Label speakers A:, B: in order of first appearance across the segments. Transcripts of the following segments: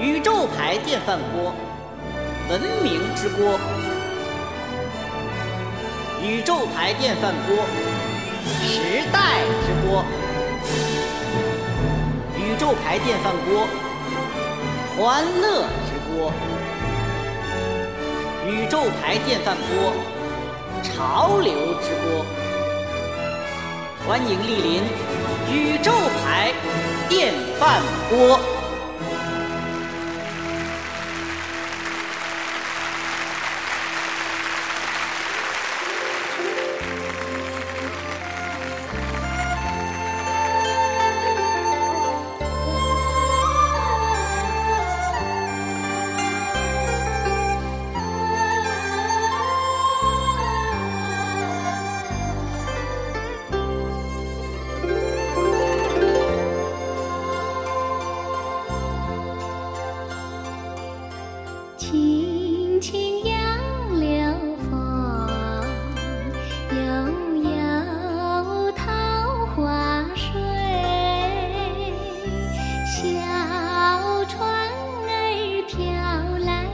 A: 宇宙牌电饭锅，文明之锅。宇宙牌电饭锅，时代之锅。宇宙牌电饭锅，欢乐之锅。宇宙牌电饭锅，潮流之锅。欢迎莅临宇宙牌电饭锅。
B: 轻轻杨柳风，悠悠桃花水。小船儿飘来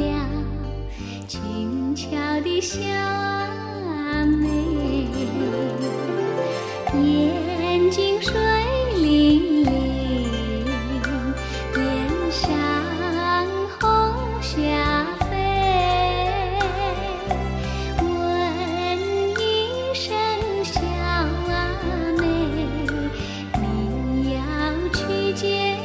B: 了俊俏的小妹，眼睛水灵灵，脸上红霞飞。问一声小阿妹，你要去见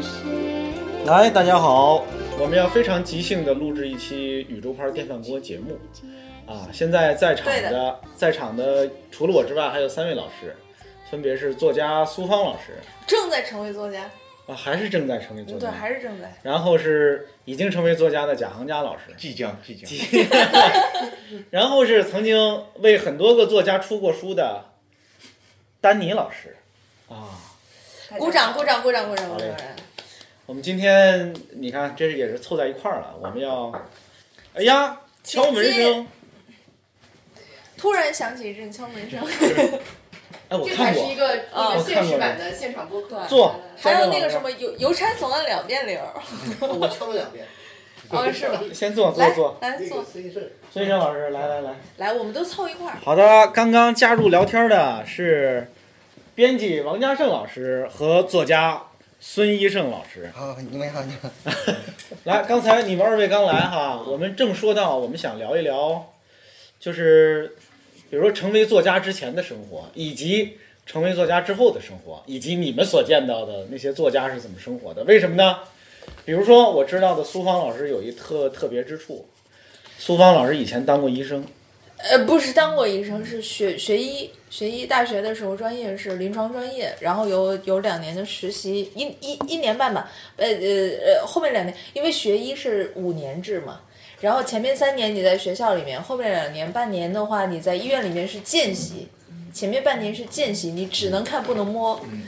B: 谁？
C: 哎
D: 来，大家好，
E: 我们要非常即兴的录制一期宇宙牌电饭锅节目啊！现在在场
F: 对
E: 的，在场的除了我之外，还有三位老师，分别是作家苏芳老师
F: 正在成为作家，
E: 啊，还是正在成为作
F: 对，
G: 嗯
E: 家，
F: 还是正在。
E: 然后是已经成为作家的贾行家老师，
C: 即将即将，
E: 然后是曾经为很多个作家出过书的丹尼老师啊。
F: 鼓掌，鼓掌，鼓掌，鼓掌，鼓掌！
E: 我们今天你看，这是也是凑在一块儿了，我们要，哎呀，敲门
F: 请进
E: 声，
F: 突然响起一阵敲门 声，
E: 哎，我
G: 这
E: 看
G: 才是
E: 过
G: 一。个
F: 啊
G: 那个现实版的现场播客。
E: 坐，
F: 呃还有
E: 张
F: 那
E: 正
F: 个
E: 老师
F: 什么邮邮差总按两遍铃儿，
H: 我敲了两遍，
F: 哦，是哎吧？
E: 先坐坐
F: 来
E: 坐，
F: 来
H: 那
F: 坐
H: 个，孙医生，
E: 孙医生老师，来来来。
F: 来，我们都凑一块儿。
E: 好的，刚刚加入聊天的是编辑王家胜老师和作家孙一胜老师。
H: 好，你们好，你们好。
E: 来，刚才你们二位刚来哈，我们正说到我们想聊一聊，就是比如说成为作家之前的生活，以及成为作家之后的生活，以及你们所见到的那些作家是怎么生活的？为什么呢？比如说我知道的苏芳老师有一特特别之处，苏芳老师以前当过医 生。
F: 呃，不是当过医生，是学学医，学医。大学的时候专业是临床专业，然后有有两年的实习，一一一年半吧。呃呃呃，后面两年，因为学医是五年制嘛，然后前面三年你在学校里面，后面两年半年的话你在医院里面是见习，前面半年是见习，你只能看不能摸。
C: 嗯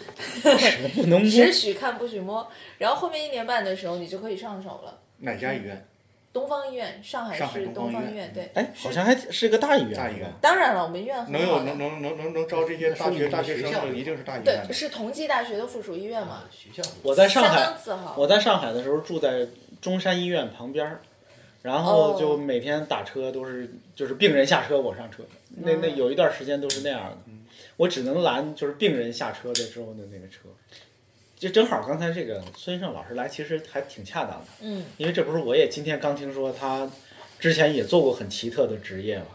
E: 不能摸。
F: 只许看不许摸。然后后面一年半的时候，你就可以上手了。
C: 哪家医院？
F: 东方医院，上海
C: 上海
F: 市
C: 东方
F: 方
C: 医
F: 院，
C: 院嗯
F: 对。
E: 哎，好像还是个大医院。
C: 大医院。
F: 当然了，我们医院很
C: 能
F: 好
C: 有
F: 的
C: 能，能能能能招这些大
H: 说明
C: 学
H: 你
C: 大
H: 们
C: 学
H: 学
C: 生
H: 校
C: 的，一定是大医院
F: 对，
C: 的。
F: 是同济大学的附属医院嘛，
H: 学校
E: 我在上
F: 相
E: 海，
F: 当自豪。
E: 我在上海的时候住在中山医院旁边儿，然后
F: 哦
E: 就每天打车都是就是病人下车我上车，那
F: 嗯
E: 那有一段时间都是那样的，我只能拦就是病人下车的之后的那个车。就正好刚才这个孙胜老师来，其实还挺恰当的，
F: 嗯，
E: 因为这不是我也今天刚听说他之前也做过很奇特的职业嘛，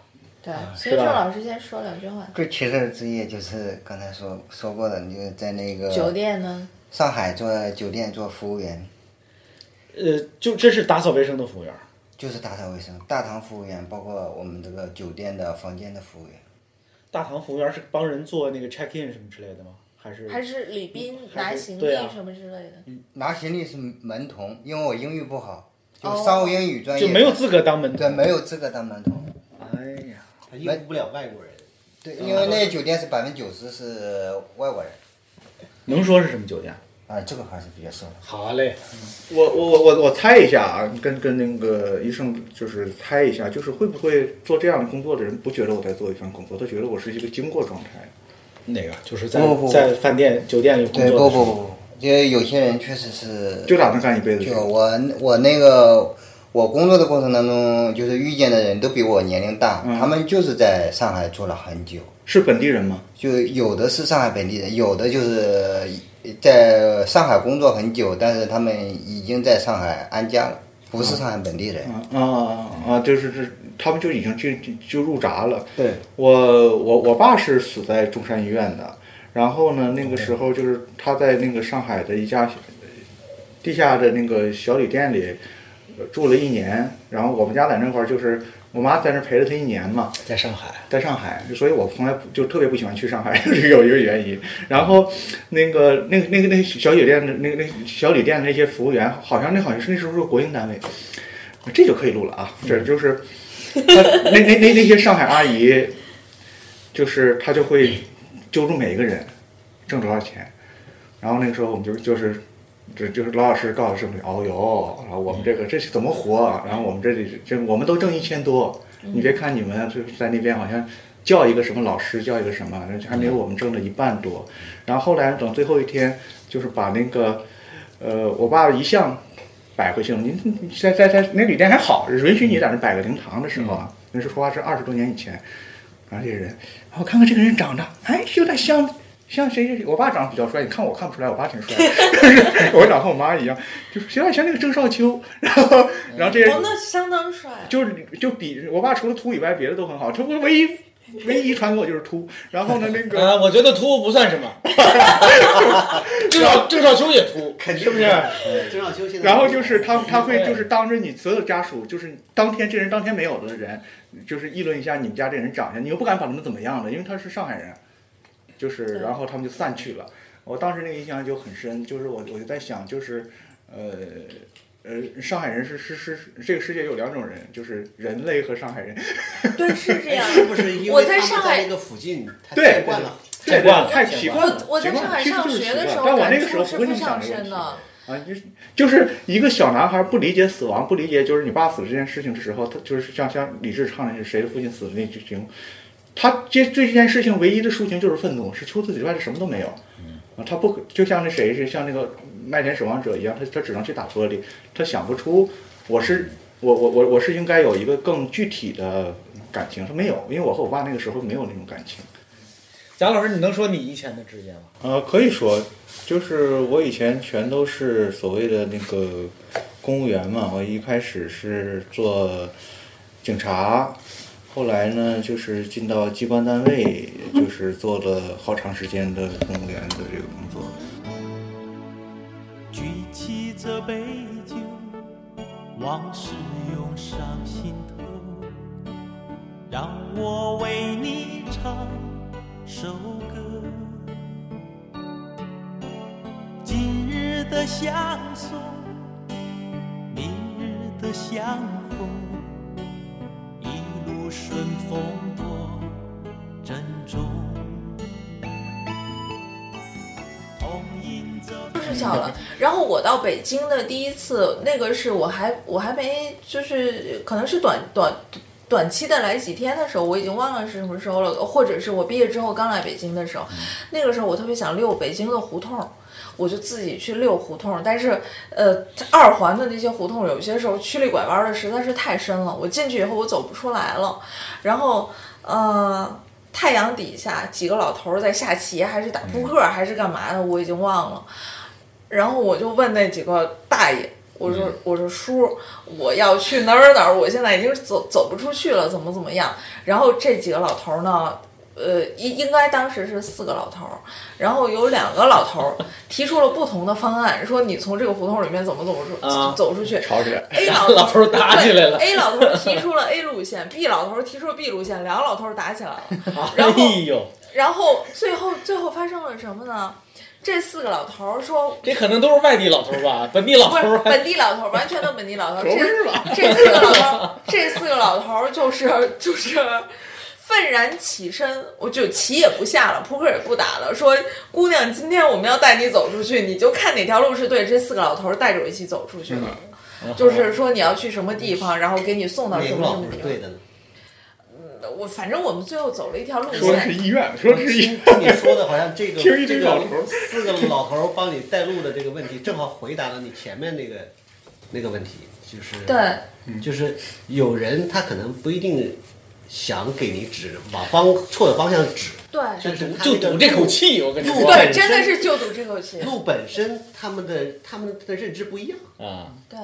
F: 对。
E: 是
C: 啊
F: 所以郑
E: 吧
F: 老师先说两句话。
H: 最奇特的职业就是刚才说说过的，你就是在那
F: 酒
H: 个
F: 店呢？
H: 上海做酒店做服务员，
E: 呃，就这是打扫卫生的服务员儿，
H: 就是打扫卫生，大堂服务员，包括我们这个酒店的房间的服务员。
E: 大堂服务员儿是帮人做那个 check in 什么之类的吗？还是
F: 还是礼
C: 嗯
F: 宾
E: 还
F: 拿
E: 是
F: 行
E: 对
F: 李
E: 啊
F: 什么之类的？
H: 拿行李是门童，因为我英语不好，就
F: 哦
H: 商务英语专业
E: 就没有资格当门
H: 对
E: 诊？
H: 没有资格当门童。
E: 哎呀，
C: 他应付不了外国人。
H: 对，因为那酒店是百分之九十是外国人
E: 能说是什么酒店？
H: 啊，这个还是比较少的。
E: 好嘞，
C: 我我我我我猜一下啊，跟跟那个医生就是猜一下，就是会不会做这样的工作的人不觉得我在做一份工作，他觉得我是一个经过状态。
E: 那个就是在
H: 不不不
E: 在饭店、酒店里工
H: 对，
E: 作的
H: 不
E: 时候
H: 不不，就有些人确实是
C: 就打算干一辈子这
H: 就
C: 个。
H: 我我那个我工作的过程当中，就是遇见的人都比我年龄大，
C: 嗯
H: 他们就是在上海住了很久，
C: 是本地人吗？
H: 就有的是上海本地人，有的就是在上海工作很久，但是他们已经在上海安家了，不是上海本地人。
C: 啊啊啊啊！就是这，他们就已经就就就入闸了。
H: 对，
C: 我我我爸是死在中山医院的，然后呢，那个时候就是他在那个上海的一家地下的那个小旅店里呃住了一年，然后我们家在那块儿就是我妈在那儿陪着他一年嘛，
E: 在上海，
C: 在上海，所以我从来不就特别不喜欢去上海， 是有一个原因。然后那个那个那个那个小酒店的那个那个小旅店的那些服务员，好像那好像是那时候是国营单位，这就可以录了啊，这就是他那那那那些上海阿姨，就是她就会揪住每一个人挣多少钱，然后那个时候我们就就是。这就是老老实实告诉政府，哦哟，然后我们这个这是怎么活啊、然后我们这里这我们都挣一千多，你别看你们就是在那边好像叫一个什么老师，叫一个什么，还没有我们挣的一半多。然后后来等最后一天，就是把那个，呃，我爸一向摆回去了。您您在在在那旅店还好，允许你在那摆个灵堂的时候啊，那是说话是二十多年以前。然后这个人，我看看这个人长得，哎，有点像像谁谁谁。我爸长得比较帅，你看我看不出来，我爸挺帅的， 就是我长得和我妈一样，就是有点像那个郑少秋。然后然后这人
F: 哦，那相当帅。
C: 就是就比我爸除了秃以外，别的都很好。这不唯一唯一遗传给我就是秃。然后呢，那
E: 啊，
C: 个
E: 我觉得秃不算 什么，郑少郑少秋也秃，
H: 肯定
E: 是不是？
A: 郑少秋现在
C: 然后就是他他会就是当着你所有家属，就是当天这人当天没有的人，就是议论一下你们家这人长相，你又不敢把他们怎么样的，因为他是上海人，就是
F: 对
C: 然后他们就散去了。我当时那个印象就很深，就是我我就在想，就是呃呃，上海人是是是这个世界有两种人，就是人类和上海人。
F: 对，是这样。
I: 哎是不是因
F: 我
I: 为
F: 在
I: 他
F: 上
I: 们
F: 海
I: 在那个附近，他
C: 对
I: 见惯了，
E: 太惯了
C: 太习惯了
F: 我。我在上海
C: 习惯
F: 上
C: 了其实就是
F: 学的
C: 习
F: 时
C: 惯
F: 候，
C: 但我
F: 感
C: 那个时候
F: 触
C: 不
F: 是
C: 会
F: 非
C: 那么想
F: 常
C: 这个问
F: 深
C: 题
F: 的。
C: 啊，就是就是一个小男孩不理解死亡，不理解就是你爸死这件事情的时候，他就是像像李志唱的是谁的父亲死的那句情，他这对这件事情唯一的抒情就是愤怒，是除此之外的什么都没有。啊，他不就像那谁是像那个麦田守望者一样，他他只能去打玻璃，他想不出我是我我我我是应该有一个更具体的感情，他没有，因为我和我爸那个时候没有那种感情。
E: 贾老师，你能说你以前的职业吗？
C: 呃，可以说，就是我以前全都是所谓的那个公务员嘛。我一开始是做警察，后来呢，就是进到机关单位，就是做了好长时间的公务员的这个工作。
J: 举起这杯酒，往事涌上心头，让我为你唱首歌。今日的相送，明日的相逢，一路顺风多珍重。同饮这杯
F: 睡觉了。然后我到北京的第一次，那个是我还我还没就是可能是短短短期的来几天的时候，我已经忘了是什么时候了，或者是我毕业之后刚来北京的时候，那个时候我特别想溜北京的胡同。我就自己去溜胡同，但是，呃，二环的那些胡同有些时候曲里拐弯的实在是太深了，我进去以后我走不出来了。然后，呃，太阳底下几个老头儿在下棋，还是打扑克，还是干嘛的，我已经忘了。然后我就问那几个大爷，我说、我说叔，我要去哪儿哪儿，我现在已经走走不出去了，怎么怎么样？然后这几个老头儿呢，呃，应应该当时是四个老头儿，然后有两个老头儿提出了不同的方案，说你从这个胡同里面怎么走出、
E: 啊
F: 走出去。
C: 吵起来，
F: A 老头
E: 老头儿打起来了
F: 对 A 老头儿提出了 A 路线，B 老头儿提出了 B 路线，两个老头儿打起来了。然后
E: 哎呦，
F: 然后最后最后发生了什么呢？这四个老头儿说
E: 这可能都是外地老头儿吧，本地老
F: 不
E: 头
F: 是
E: 儿还
F: 本地老头儿，完全的本地老头儿。
C: 合
F: 这
C: 适了。
F: 这四个老头儿， 这四个老头儿就是就是愤然起身，我就棋也不下了，扑克也不打了，说姑娘，今天我们要带你走出去，你就看哪条路是对。这四个老头儿带着我一起走出去了。就是说你要去什么地方，然后给你送到
I: 哪
F: 什
I: 个
F: 么什
I: 老
F: 么
I: 头是
F: 地方
I: 对。的呢？
F: 我反正我们最后走了一条路
C: 说的是
F: 线，
C: 医院，说的是医
I: 听
C: 院，
I: 听你说的，好像这个
C: 听一
I: 这
C: 堆
I: 个
C: 老头儿
I: 四个老头儿帮你带路的这个问题，正好回答了你前面那个那个问题，就是
F: 对，
I: 就是有人他可能不一定想给你指往方错的方向指，
F: 对
I: 但是他
E: 就
I: 那个
E: 赌这口气，我跟你
I: 路
E: 说
F: 对，
I: 本身
F: 真的是就赌这口气，
I: 路本身他们的他们的认知不一样，
E: 啊，
F: 对。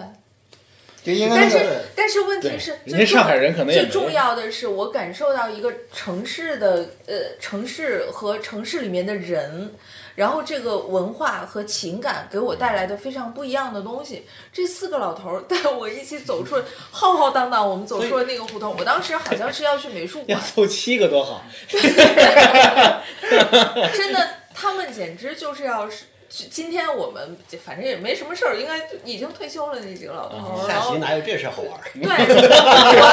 H: 就应该
F: 但
H: 那个
F: 是但是问题是，
E: 人家上海人可能也
F: 最
E: 没
F: 重要的是，我感受到一个城市的呃城市和城市里面的人，然后这个文化和情感给我带来的非常不一样的东西。这四个老头儿带我一起走出了浩浩荡荡，我们走出了那个胡同。我当时好像是要去美术
E: 要
F: 馆，
E: 凑七个多好，
F: 真的，他们简直就是要是。今天我们反正也没什么事儿，应该已经退休了那几个
E: 啊哦
F: 老头儿，然
I: 下
F: 后
I: 棋哪有这事儿好玩儿？
F: 对，我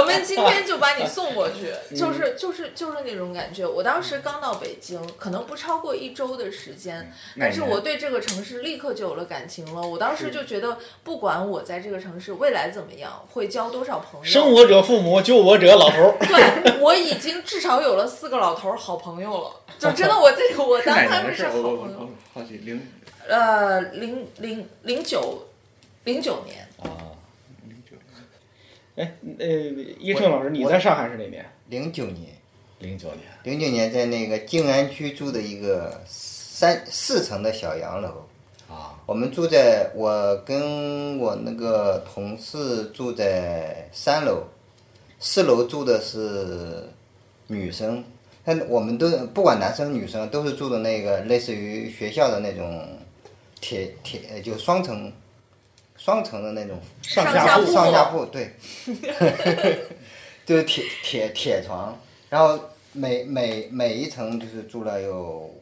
F: 我们今天就把你送过去，就是就是就是那种感觉。我当时刚到北京，可能不超过一周的时间，但是我对这个城市立刻就有了感情了。我当时就觉得，不管我在这个城市未来怎么样，会交多少朋友，
E: 生我者父母，救我者老头 儿。
F: 对我已经至少有了四个老头儿好朋友了。就真的，我这个我
C: 是
F: 当
C: 哪
F: 他
C: 年的
F: 们
C: 事
F: 是
C: 儿？
F: 好
C: 我我
F: 朋友
C: 我。好奇零
F: 呃，零零零九零九年，
C: 零九
E: 哎，呃，一胜老师，你在上海是哪年？
H: 零九年，
E: 零九年。
H: 零九年在那个静安区住的一个三四层的小洋楼。
I: 啊，
H: 我们住在我跟我那个同事住在三楼，四楼住的是女生，但我们都不管男生女生都是住的那个类似于学校的那种铁铁呃就双层双层的那种
F: 上
E: 下
F: 下
E: 铺
F: 铺
H: 上下 铺，对， 就是铁铁铁床，然后每每每一层就是住了有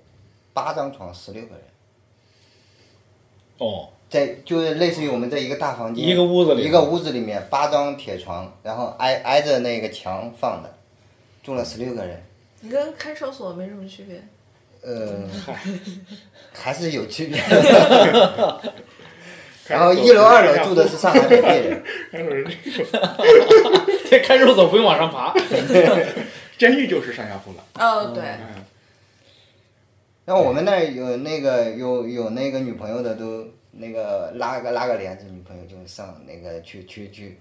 H: 八张床，十六个人。
E: 哦，
H: 在就是类似于我们在一个大房间，
E: 一个屋子里
H: 一个屋子里面八张铁床，然后挨挨着那个墙放的，住了十六个人，
F: 你跟看守所没什么区别。
H: 呃，还是有区别。然后一楼、二楼住的是上海本 地人，
E: 这看守所不用往上爬。
C: 监狱就是上下铺 了。
F: 哦，对，
C: 嗯，
H: 然后我们那儿有那个有有那个女朋友的都那个拉个拉个帘子，女朋友就上那个去去去，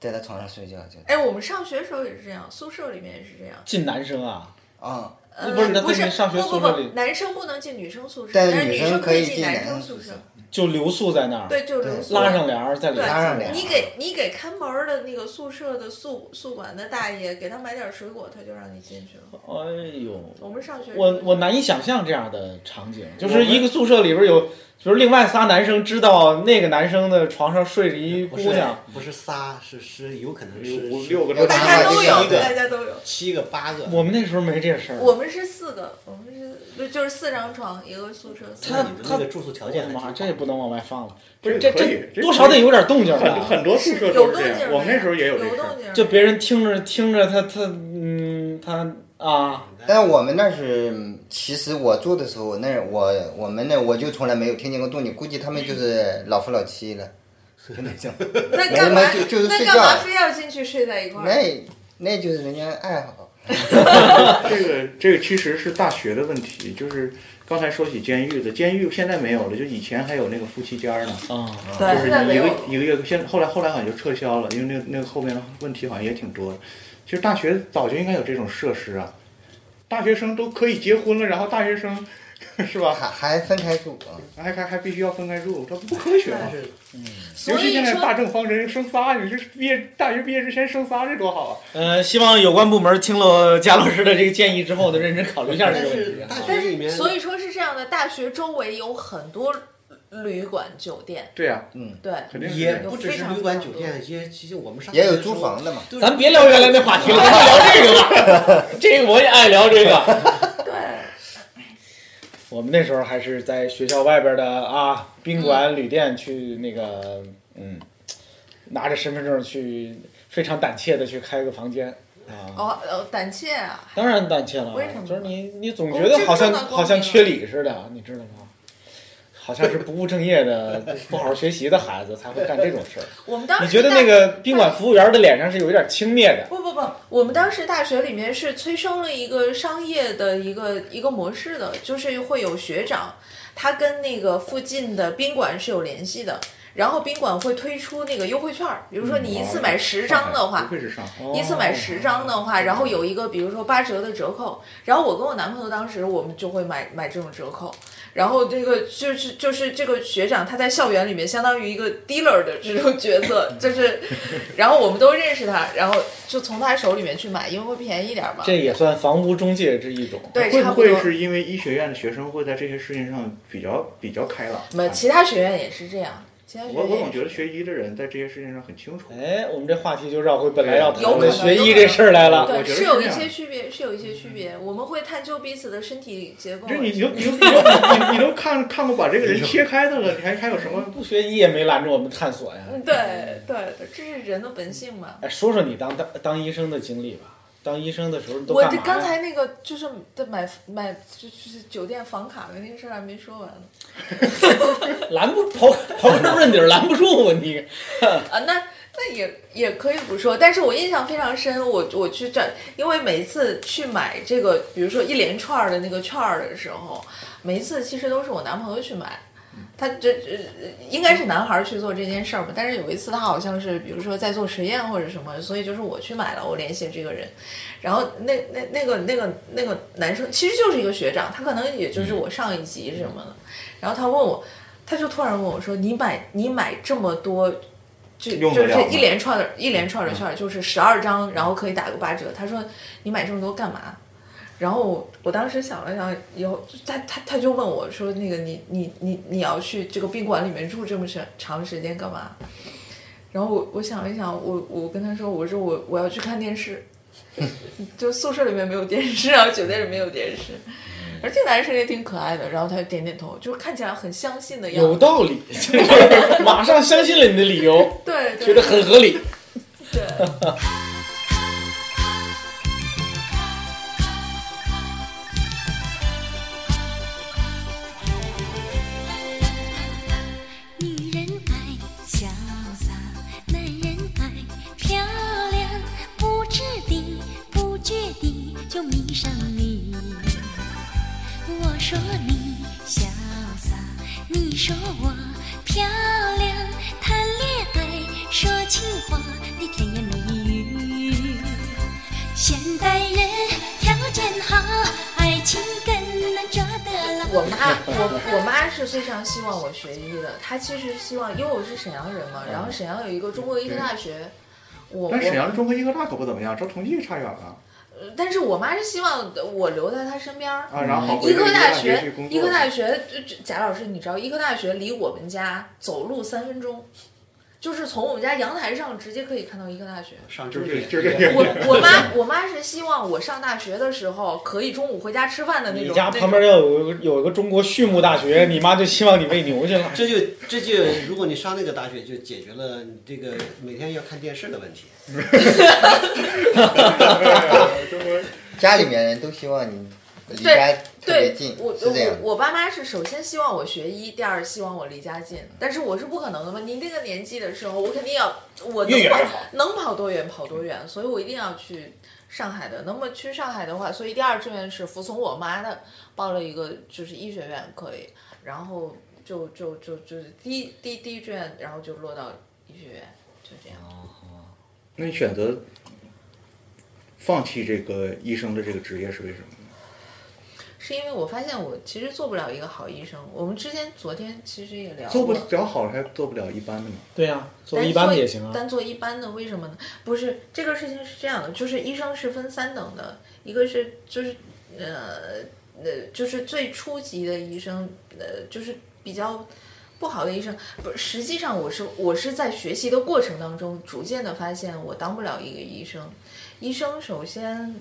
H: 在他床上睡觉就
F: 哎，我们上学的时候也是这样，宿舍里面也是这样。
E: 进男生啊，
H: 啊、
F: 呃，
E: 不
F: 不
E: 是那对
F: 是
E: 面上学宿
F: 不
E: 舍
F: 不不
E: 里
F: 男生不能进女生宿舍，
H: 但
F: 但
H: 是
F: 是
H: 女生
F: 生
H: 可以
F: 以
H: 进
F: 进
H: 男
F: 生
H: 生宿
F: 舍
H: 舍。
E: 就留宿在那儿，
F: 对，就留
H: 对
F: 宿
E: 拉上帘儿在里
F: 对，
E: 面。
H: 拉上帘儿
F: 你给你给看门儿的那个宿舍的宿宿管的大爷，给他买点水果，他就让你进去了。
E: 哎呦，
F: 我们上学时候
E: 我我难以想象这样的场景，就是一个宿舍里边有，比如另外仨男生知道那个男生的床上睡着一姑
I: 不是
E: 娘，
I: 不是仨，是是有可能是
C: 五
I: 是
C: 六个
H: 有
C: 都
H: 大
F: 大家都有
I: 一，个
F: 大家都有。
I: 七个八个，
E: 我们那时候没这事儿。
F: 我们是四个，我们是就就是四张床，一个宿舍。四
I: 那
F: 个
I: 你们那个住宿条
E: 我
I: 件
E: 的
I: 还
E: 哎妈，
I: 挺
E: 这也不能往外放了，不
C: 这
E: 是
C: 个
E: 这
C: 可以
E: 这
C: 这
E: 多
C: 可
E: 少
C: 以
E: 得有点动静啊儿
C: 很
E: 吧？
C: 很多宿
F: 是
C: 舍
F: 有
C: 都
F: 动
C: 是这
F: 静
C: 样，
F: 儿，
C: 我们那时候也有这
F: 有
C: 事儿
F: 动。静儿，
E: 就别人听着听着他他嗯他啊，
H: 但我们那儿是，嗯其实我住的时候，那儿我我们那儿我就从来没有听见过动静，估计他们就是老夫老妻了，就那种，
F: 那干嘛
H: 没没就就是
F: 那
H: 睡
F: 干
H: 觉
F: 嘛非要进去睡在一块儿？
H: 那那就是人家哎爱好。
C: 这个这个其实是大学的问题，就是刚才说起监狱的，监狱现在没有了，就以前还有那个夫妻间儿呢，
E: 啊，
F: 对
C: 就是
F: 哦现在
C: 你
F: 没
C: 一
F: 有
C: 个
F: 了
C: 一个月，现后来后来好像就撤销了，因为那个那个后面的问题好像也挺多的。其实大学早就应该有这种设施啊，大学生都可以结婚了，然后大学生 是吧，
H: 还还分开住啊？
C: 还还还必须要分开住，这不科学吗？
I: 是
F: 所
C: 尤其
F: 以
C: 现在
F: 说
C: 大正方针生仨，你这毕业大学毕业之前生仨，这多好啊！
E: 呃，希望有关部门听了贾老师的这个建议之后，呢，认真考虑一下这
I: 但
E: 个问
I: 是
E: 题啊。
I: 大学
F: 但
I: 里面
F: 是，所以说是这样的，大学周围有很多旅馆、酒店，
C: 对呀、
F: 对，
C: 肯定是这
I: 也
C: 样
I: 嗯不只是旅馆酒店，也其实我们上
H: 也有租房的嘛。
I: 对
E: 咱别聊原来那话题了，咱聊这个吧。 这个我也爱聊这个。
F: 对，
E: 我们那时候还是在学校外边的啊宾馆、旅店去那个，嗯，拿着身份证去，非常胆怯的去开个房间啊。
F: 哦，呃胆怯啊，
E: 当然胆怯了
F: 为什，么
E: 就是你你总
F: 我
E: 觉
F: 们
E: 得
F: 真
E: 好像
F: 正的光啊
E: 好像
F: 明
E: 缺
F: 了
E: 理似的，你知道吗？好像是不务正 业的、不好好学习的孩子才会干这种事儿。
F: 我们当时
E: 你觉得那个宾馆服务员的脸上是有一点轻蔑的？
F: 不不不，我们当时大学里面是催生了一个商业的一个一个模式的，就是会有学长，他跟那个附近的宾馆是有联系的，然后宾馆会推出那个优惠券儿，比如说你一
I: 哦
F: 次买十张的话
C: 不，愧是哦上海，
F: 一次买十张的话，然后有一个比如说八折的折扣，然后我跟我男朋友当时我们就会买买这种折扣，然后这个就是就是这个学长他在校园里面相当于一个 dealer 的这种角色，就是，然后我们都认识他，然后就从他手里面去买，因为会便宜一点嘛。
E: 这也算房屋中介之一种。
F: 对，
C: 会
F: 差
C: 不
F: 多
C: 会。是因为医学院的学生会在这些事情上比较比较开朗？啊
F: 没，其他学院也是这样，其他学
C: 我
F: 院
C: 我
F: 也
C: 总
F: 是
C: 觉得学医的人在这些事情上很清楚。
E: 哎，我们这话题就绕回本来要
F: 有
E: 谈
F: 可
E: 的
F: 能
E: 学
F: 有
E: 医
F: 可能
E: 这事儿来了。
C: 我
F: 对，
C: 觉得
F: 是
C: 是
F: 有
C: 这
F: 一
C: 样
F: 些区别，是有一些区别。我们会探究彼此的身体结构。啊
C: 就是你你都你都你都你你都看看过把这个人切开的了，你还还有什么？
E: 不学医也没拦着我们探索呀。
F: 嗯，对对，这是人的本性嘛。
E: 哎，说说你当当当医生的经历吧。当医生的时候你都
F: 我
E: 干嘛
F: 这
E: 呀？
F: 刚才那个就是在买买就就是酒店房卡的那个事儿还没说完呢
E: 拦不刨刨根问底儿拦不住你。
F: 啊，那那也也可以不说，但是我印象非常深，我我去这，因为每一次去买这个，比如说一连串儿的那个券儿的时候，每一次其实都是我男朋友去买。
E: 嗯
F: 他这这应该是男孩儿去做这件事儿吧，但是有一次他好像是，比如说在做实验或者什么，所以就是我去买了，我联系这个人，然后那那那个那个那个男生其实就是一个学长，他可能也就是我上一级什么的，然后他问我，他就突然问我说：“你买你买这么多，就
C: 用
F: 就
C: 得
F: 是
C: 了
F: 这
C: 吗嗯
F: 一连串的一连串的券儿，就是十二张，然后可以打个八折。”他说：“你买这么多干嘛？”然后我我当时想了想，以后就他他他就问我说：“那个你你你你要去这个宾馆里面住这么长长时间干嘛？”然后我我想一想，我我跟他说：“我说我我要去看电视。” 就宿舍里面没有电视，然后酒店里没有电视，而这男生也挺可爱的，然后他就点点头，就看起来很相信的样
E: 有
F: 子。
E: 道理， 这个马上相信了你的理由，
F: 对，对
E: 觉得很合理。
F: 对。
K: 女人爱潇洒，男人爱漂亮，不知地不觉地就迷上你。我说你潇洒，你说我漂亮，谈恋爱说情话，你甜言蜜语。现代人条件好，爱情根能抓得牢。
F: 我妈，我我妈是非常希望我学医的，她其实希望，因为我是沈阳人嘛，然后沈阳有一个中国医科大学，我
C: 但沈
F: 我，
C: 阳的中科医科大可不怎么样，照成绩差远了
F: 但是我妈是希望我留在她身边儿。
C: 啊。然后好回
F: 医
C: 到
F: 科
C: 医
F: 大
C: 去
F: 学，
C: 工作。
F: 医科大学，这这贾老师，你知道医科大学离我们家走路三分钟，就是从我们家阳台上直接可以看到医科大学。
I: 上
C: 就
I: 中
C: 是
I: 学
C: 就是这个。
F: 我我妈我妈是希望我上大学的时候可以中午回家吃饭的那
E: 你
F: 种。
E: 家
F: 那
E: 旁边
F: 种
E: 要有一个有一个中国畜牧大学，你妈就希望你喂牛去 了。
I: 这就这就，如果你上那个大学，就解决了你这个每天要看电视的问题。
C: 中国
H: 家里面人都希望你离
F: 对
H: 家特别
F: 对
H: 近，
F: 我
H: 是这样的。
F: 我我爸妈是首先希望我学医，第二希望我离家近，但是我是不可能的嘛。您这个年纪的时候，我肯定要我能
E: 越远
F: 跑
E: 越好
F: 能跑多远跑多远，所以我一定要去上海的。那么去上海的话，所以第二志愿是服从我妈的，报了一个就是医学院可以，然后就就就就是第一第一第一志愿，然后就落到医学院，就这样。
H: 哦
C: 那你选择放弃这个医生的这个职业是为什么呢？
F: 是因为我发现我其实做不了一个好医生。我们之前昨天其实也聊
C: 做不
F: 过，
C: 了好还做不了一般的嘛？
E: 对呀、做
F: 单
E: 一般的也行啊。
F: 单做一般的为什么呢？不是这个事情是这样的，就是医生是分三等的，一个是就是呃呃就是最初级的医生，呃就是比较。不好的医生，不，实际上我是我是在学习的过程当中，逐渐的发现我当不了一个医生。医生首先，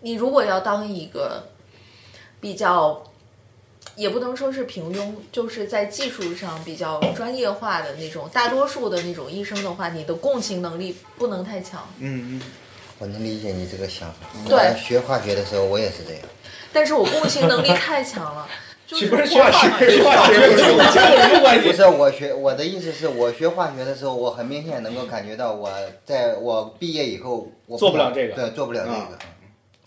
F: 你如果要当一个比较也不能说是平庸，就是在技术上比较专业化的那种，大多数的那种医生的话，你的共情能力不能太强。
C: 嗯嗯，
H: 我能理解你这个想法。
F: 对
H: 我学化学的时候，我也是这样。
F: 但是我共情能力太强了，就
C: 岂不是学化学？学化学跟这有什么关
H: 不
C: 系？
H: 是我学，我的意思是我学化学的时候，我很明显能够感觉到，我在我毕业以后，我
E: 做不了这个啊
H: 对，做不了这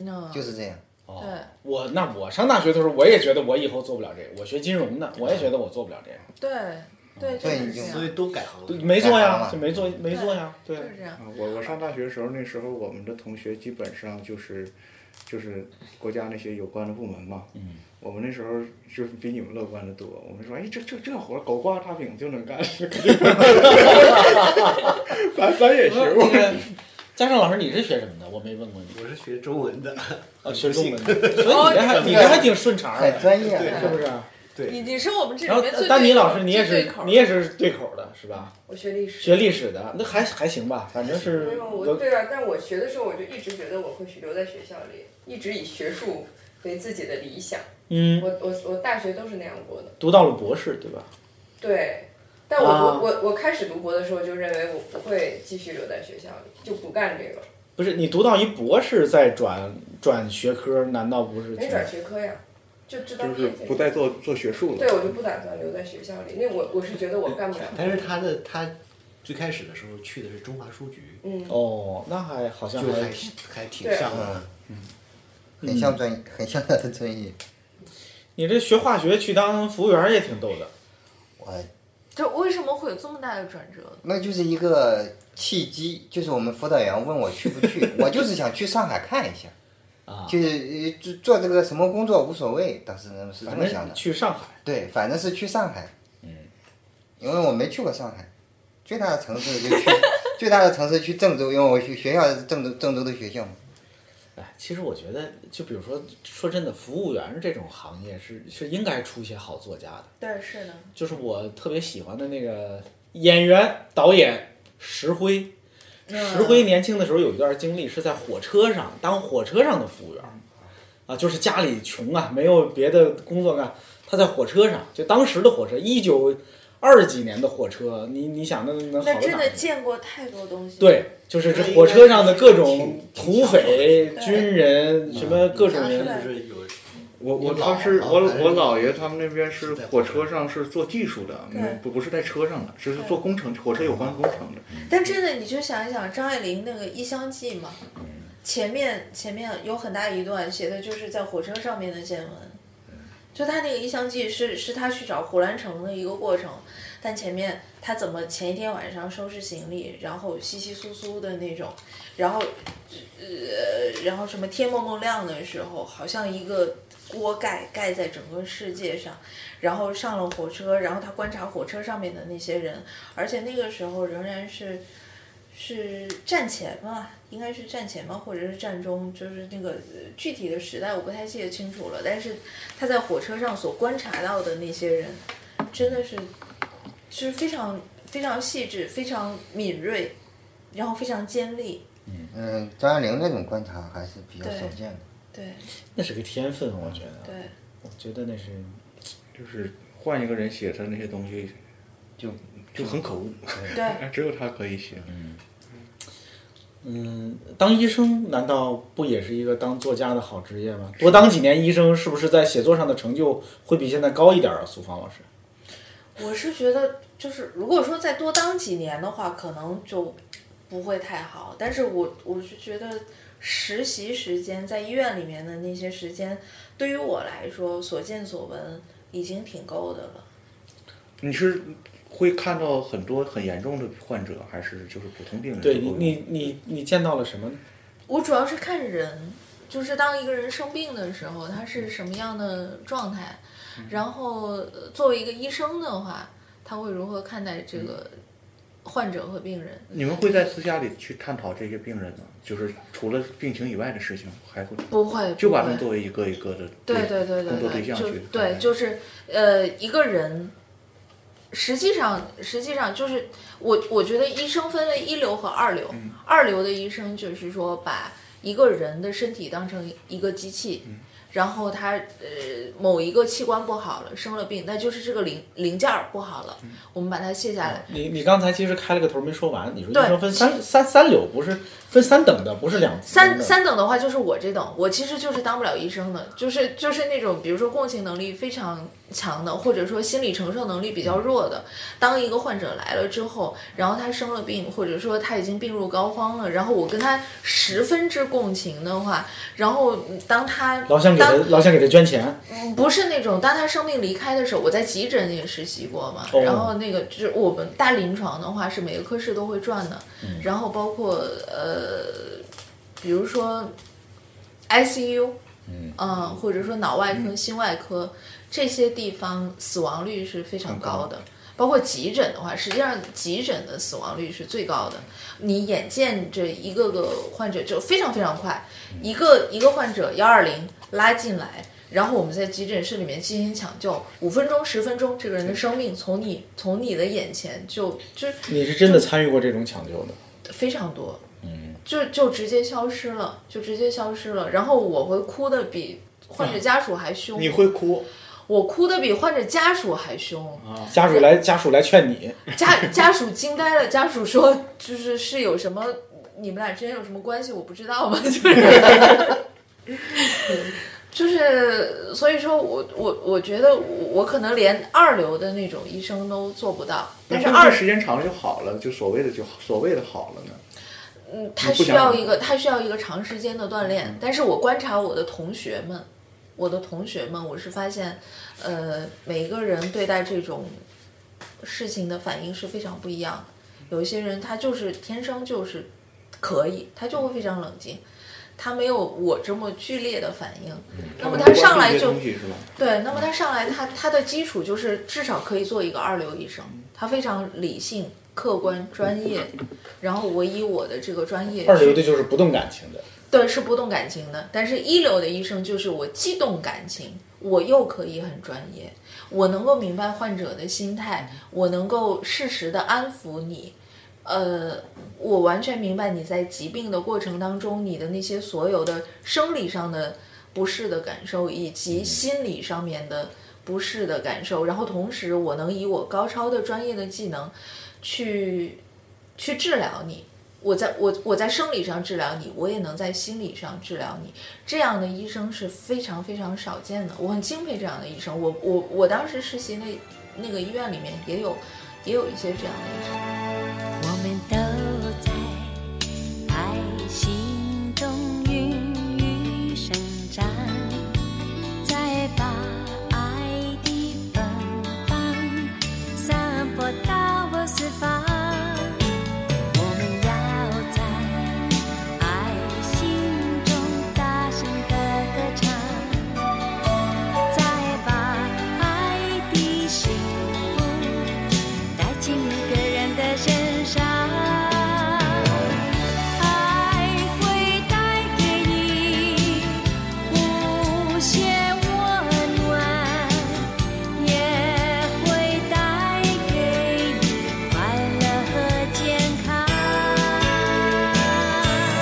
H: 个，
F: 嗯，
H: 就是这样。
E: 哦
F: 对，
E: 我那我上大学的时候，我也觉得我以后做不了这个。我学金融的，我也觉得我做不了这个，
F: 对对，就
H: 嗯所以
F: 是
H: 你
F: 这
H: 就
F: 样，
I: 所以都改行了。
E: 没做
H: 改行
E: 呀，
H: 了
E: 就没做，没做呀。对
F: 就是这样。
C: 啊我我上大学的时候，那时候我们的同学基本上就是就是国家那些有关的部门嘛。
E: 嗯。
C: 我们那时候就是比你们乐观的多。我们说，哎，这这这活儿狗挂大饼就能干， 咱咱也
E: 那
C: 行。
E: 个嘉盛老师，你是学什么的？我没问过你。
I: 我是学中文的，
E: 哦，学中文的，所以你 这还你这还挺顺茬儿
H: 很
E: 的，
H: 专业，
E: 是不是？啊
F: 你你是我们这里
E: 然后
F: 面最
E: 丹尼
F: 对
E: 老师，你也
F: 最
E: 是
F: 对口儿
E: 你也是对口的是吧？
L: 我学历史。
E: 学历史的，那还还行吧，反正
L: 因
E: 是
L: 为我对啊，但我学的时候我就一直觉得我会留在学校里，一直以学术为自己的理想。
E: 嗯，
L: 我我我大学都是那样过的。
E: 读到了博士对吧？
L: 对，但我、
E: 啊
L: 我我我开始读博的时候就认为我不会继续留在学校里，就不干这个，
E: 不是你读到一博士再转转学科，难道不是挺
L: 没转学科呀，就就当
C: 就是不再做做学术了
L: 对，。我就不打算留在学校里，那我我是觉得我干不了。
I: 但是他的他最开始的时候去的是中华书局，
L: 嗯，
E: 哦，那还好像
I: 就还
E: 还
I: 还挺像的。
H: 很像专业，很像他的专业。
E: 你这学化学去当服务员儿也挺逗的，
H: 我
F: 就为什么会有这么大的转折呢？
H: 那就是一个契机，就是我们辅导员问我去不去，我就是想去上海看一下，
E: 啊
H: 就是呃就做这个什么工作无所谓，当时是这
E: 反
H: 么想
E: 正
H: 的。
E: 去上海
H: 对，反正是去上海，嗯，因为我没去过上海，最大的城市就去 最大的城市去郑州，因为我学学校是郑州郑州的学校嘛。
E: 哎，其实我觉得，就比如说，说真的，服务员这种行业是是应该出一些好作家的。
F: 对，是的，
E: 就是我特别喜欢的那个演员导演石辉，石辉年轻的时候有一段经历是在火车上当火车上的服务员，啊，就是家里穷啊，没有别的工作干，他在火车上，就当时的火车，一九二几年的火车，你你想那能好
F: 那
E: 到
F: 真
E: 哪
F: 的
E: 儿？
F: 见过太多东西。，
E: 对，就是这火车上的各种土匪、
F: 对
E: 军人，什么各种人，
I: 他是有
C: 我我
I: 你老
C: 当时
I: 老
C: 我
I: 还是
C: 我姥爷他们那边是
I: 是在
C: 火车上是做技术的，
F: 对
C: 没不不是在车上的，只是做工程火车有关工程的。
F: 但真的你就想一想张爱玲那个《异乡记》嘛，前面前面有很大一段写的就是在火车上面的见闻。就她那个《异乡记》是是她去找胡兰成的一个过程，但前面她怎么前一天晚上收拾行李，然后稀稀疏疏的那种，然后呃，然后什么天蒙蒙亮的时候，好像一个锅盖盖在整个世界上，然后上了火车，然后他观察火车上面的那些人，而且那个时候仍然是是战前吧，应该是战前吧，或者是战中，就是那个呃具体的时代我不太记得清楚了。但是他在火车上所观察到的那些人，真的是就是非常非常细致、非常敏锐，然后非常尖利。
H: 嗯，张爱玲那种观察还是比较少见的。
F: 对
E: 那是个天分，我觉得，
F: 对，
E: 我觉得那是
C: 就是换一个人写他那些东西，
H: 就
C: 就很可恶。
F: 对，
C: 哎只有他可以写。
E: 嗯，当医生难道不也是一个当作家的好职业吗？多当几年医生，是不是在写作上的成就会比现在高一点啊？苏芳老师，
F: 我是觉得就是如果说再多当几年的话，可能就不会太好。但是我我是觉得实习时间在医院里面的那些时间，对于我来说所见所闻已经挺够的了。
C: 你是会看到很多很严重的患者，还是就是普通病人？
E: 对你，你你你见到了什么呢？
F: 我主要是看人，就是当一个人生病的时候，他是什么样的状态，
C: 嗯
F: 然后呃作为一个医生的话，他会如何看待这个
C: 嗯
F: 患者和病人？
C: 你们会在私下里去探讨这些病人吗？就是除了病情以外的事情，还会
F: 不会，
C: 就
F: 不
C: 把
F: 会
C: 他们作为一个一个的
F: 对对对
C: 工
F: 对
C: 作对象
F: 就
C: 去
F: 对，就是呃，一个人，实际上实际上就是我我觉得医生分为一流和二流，
C: 嗯嗯
F: 二流的医生就是说把一个人的身体当成一个机器，然后他呃某一个器官不好了，生了病，那就是这个零零件儿不好了，
C: 嗯
F: 我们把它卸下
C: 哦
F: 来。
E: 你你刚才其实开了个头没说完，你说医
F: 对
E: 生分三三三流，不是分三等的，不是两等
F: 三
E: 的
F: 三等的话就是我这等，我其实就是当不了医生的，就是就是那种比如说共情能力非常强的，或者说心理承受能力比较弱的。当一个患者来了之后，然后他生了病，或者说他已经病入膏肓了，然后我跟他十分之共情的话，然后当他
E: 老想给他
F: 当
E: 老想给他捐钱，
F: 不是那种，当他生病离开的时候，我在急诊也实习过嘛。
E: 哦
F: 然后那个就是我们大临床的话，是每个科室都会转的。然后包括呃，比如说 ICU，嗯、或者说脑外科、心外科这些地方死亡率是非常高的。包括急诊的话，实际上急诊的死亡率是最高的。你眼见着一个个患者就非常非常快，一个一个患者幺二零拉进来，然后我们在急诊室里面进行抢救，五分钟十分钟，这个人的生命从你从你的眼前就就
E: 你是真的参与过这种抢救的？
F: 非常多，嗯，就就直接消失了，就直接消失了。然后我会哭的比患者家属还凶，
C: 你会哭，
F: 我哭的比患者家属还凶，
C: 啊
E: 家属来家属来劝你，
F: 家家属惊呆了，家属说就是是有什么，你们俩之间有什么关系？我不知道吗？就是。就是，所以说我我我觉得我我可能连二流的那种医生都做不到，但是
C: 那
F: 二
C: 时间长了就好了，就所谓的就好所谓的好了呢。
F: 嗯，他需要一个他需要一个长时间的锻
E: 嗯
F: 炼。但是我观察我的同学们，我的同学们，我是发现，呃，每一个人对待这种事情的反应是非常不一样的。有一些人他就是天生就是可以，他就会非常冷静，他没有我这么剧烈的反应。
E: 嗯
F: 那么他上来就
C: 关注一些东西是吧？
F: 对，那么他上来他他的基础就是至少可以做一个二流医生，他非常理性、客观、专业，然后我以我的这个专业
E: 嗯二流
F: 去
E: 的就是不动感情的，
F: 对，是不动感情的。但是一流的医生就是我既动感情，我又可以很专业，我能够明白患者的心态，我能够适时的安抚你。呃，我完全明白你在疾病的过程当中，你的那些所有的生理上的不适的感受，以及心理上面的不适的感受。然后同时，我能以我高超的专业的技能去去治疗你。我在我我在生理上治疗你，我也能在心理上治疗你。这样的医生是非常非常少见的，我很敬佩这样的医生。我我我当时实习那那个医院里面也有也有一些这样的医生。
K: 我们都在爱心中孕育生长，再把爱的芬芳散播到我四方。我们要在爱心中大声的歌唱。再把爱的幸福带进每个人的身上，爱会带给你无限温暖，也会带给你快乐和健康。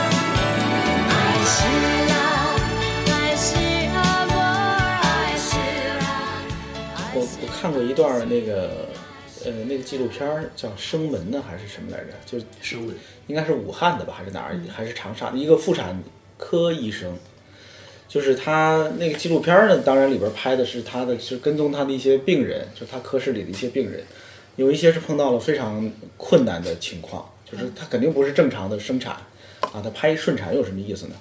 K: 爱是 love，爱是 amor，爱是 love。
E: 我我看过一段儿那个呃那个纪录片儿叫《生门》呢还是什么来着？就是
I: 生文
E: 应该是武汉的吧，还是哪儿？还是长沙的一个妇产科医生。就是他那个纪录片儿呢，当然里边拍的是他的，是跟踪他的一些病人，就是他科室里的一些病人，有一些是碰到了非常困难的情况，就是他肯定不是正常的生产啊，他拍顺产有什么意思呢？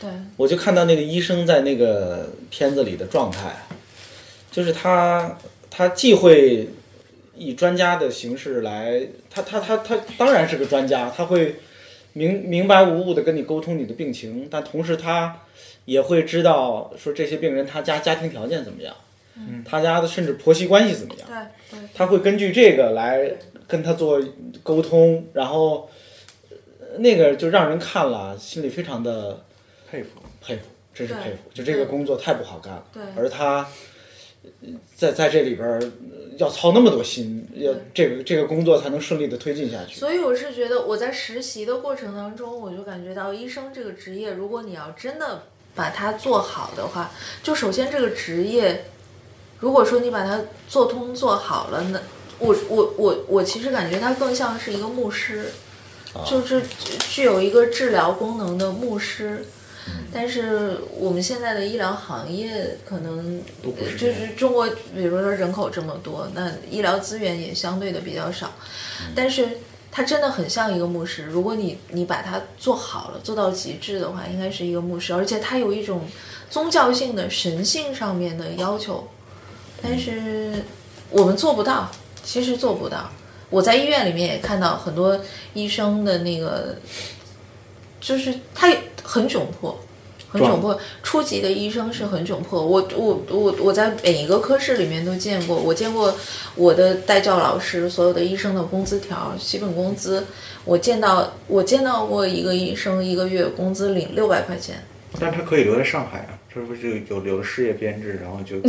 F: 对，
E: 我就看到那个医生在那个片子里的状态，就是他他既会以专家的形式来，他他他他当然是个专家，他会明明白无误的跟你沟通你的病情，但同时他也会知道说这些病人他家家庭条件怎么样，他家的甚至婆媳关系怎么样，
F: 对对
E: 他会根据这个来跟他做沟通，然后呃那个就让人看了心里非常的。
C: 佩服。
E: 佩服，真是
F: 对
E: 佩服。就这个
F: 对
E: 工作太不好干了，
F: 对
E: 而他呃在在这里边儿呃要操那么多心，要这个这个工作才能顺利的推进下去。
F: 所以我是觉得我在实习的过程当中，我就感觉到医生这个职业，如果你要真的把它做好的话，就首先这个职业，如果说你把它做通做好了，那我我我我其实感觉它更像是一个牧师，
C: 啊
F: 就是具有一个治疗功能的牧师。
C: 嗯
F: 但是我们现在的医疗行业可能呃
C: 不是这
F: 就
C: 样
F: 是中国，比如说人口这么多，那医疗资源也相对的比较少，
C: 嗯
F: 但是它真的很像一个牧师。如果你你把它做好了，做到极致的话，应该是一个牧师，而且它有一种宗教性的、神性上面的要求，但是我们做不到，其实做不到。我在医院里面也看到很多医生的那个，就是他很窘迫，很窘迫。初级的医生是很窘迫。我我我我在每一个科室里面都见过，我见过我的带教老师所有的医生的工资条、基本工资。我见到我见到过一个医生一个月工资领六百块钱，
C: 但他可以留在上海啊，这不是有留了事业编制，然后就，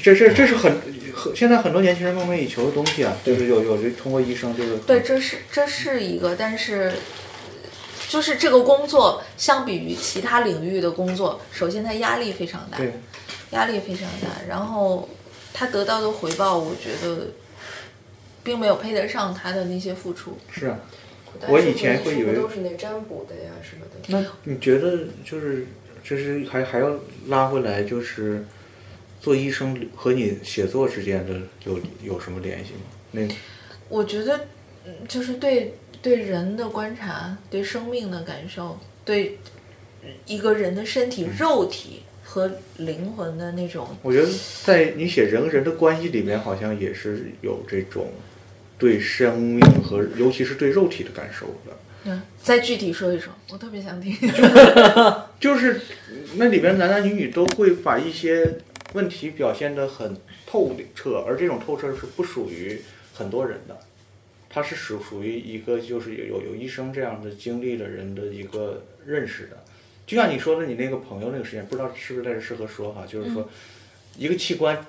C: 这这这是很很现在很多年轻人梦寐以求的东西啊，就是有有通过医生就是
F: 对，这是这是一个，但是呃就是这个工作相比于其他领域的工作，首先它压力非常大，
C: 对
F: 压力非常大，然后他得到的回报，我觉得并没有配得上他的那些付出。
C: 是啊，
L: 但
C: 我
L: 是
C: 以前
L: 医
C: 会
L: 生
C: 以为
L: 都是那占卜的呀什么的。
C: 那你觉得就是就是还还要拉回来，就是做医生和你写作之间的有有什么联系吗？那
F: 我觉得，嗯就是对对人的观察，对生命的感受，对一个人的身体、肉体和灵魂的那种
C: 我觉得在你写人和人的关系里面，好像也是有这种对生命和尤其是对肉体的感受的。
F: 嗯，再具体说一说，我特别想听。
C: 就是那里边男男女女都会把一些问题表现得很透彻，而这种透彻是不属于很多人的，它是属属于一个就是有有有医生这样的经历的人的一个认识的。就像你说的，你那个朋友那个实验，不知道是不是在这适合说哈，就是说一个器官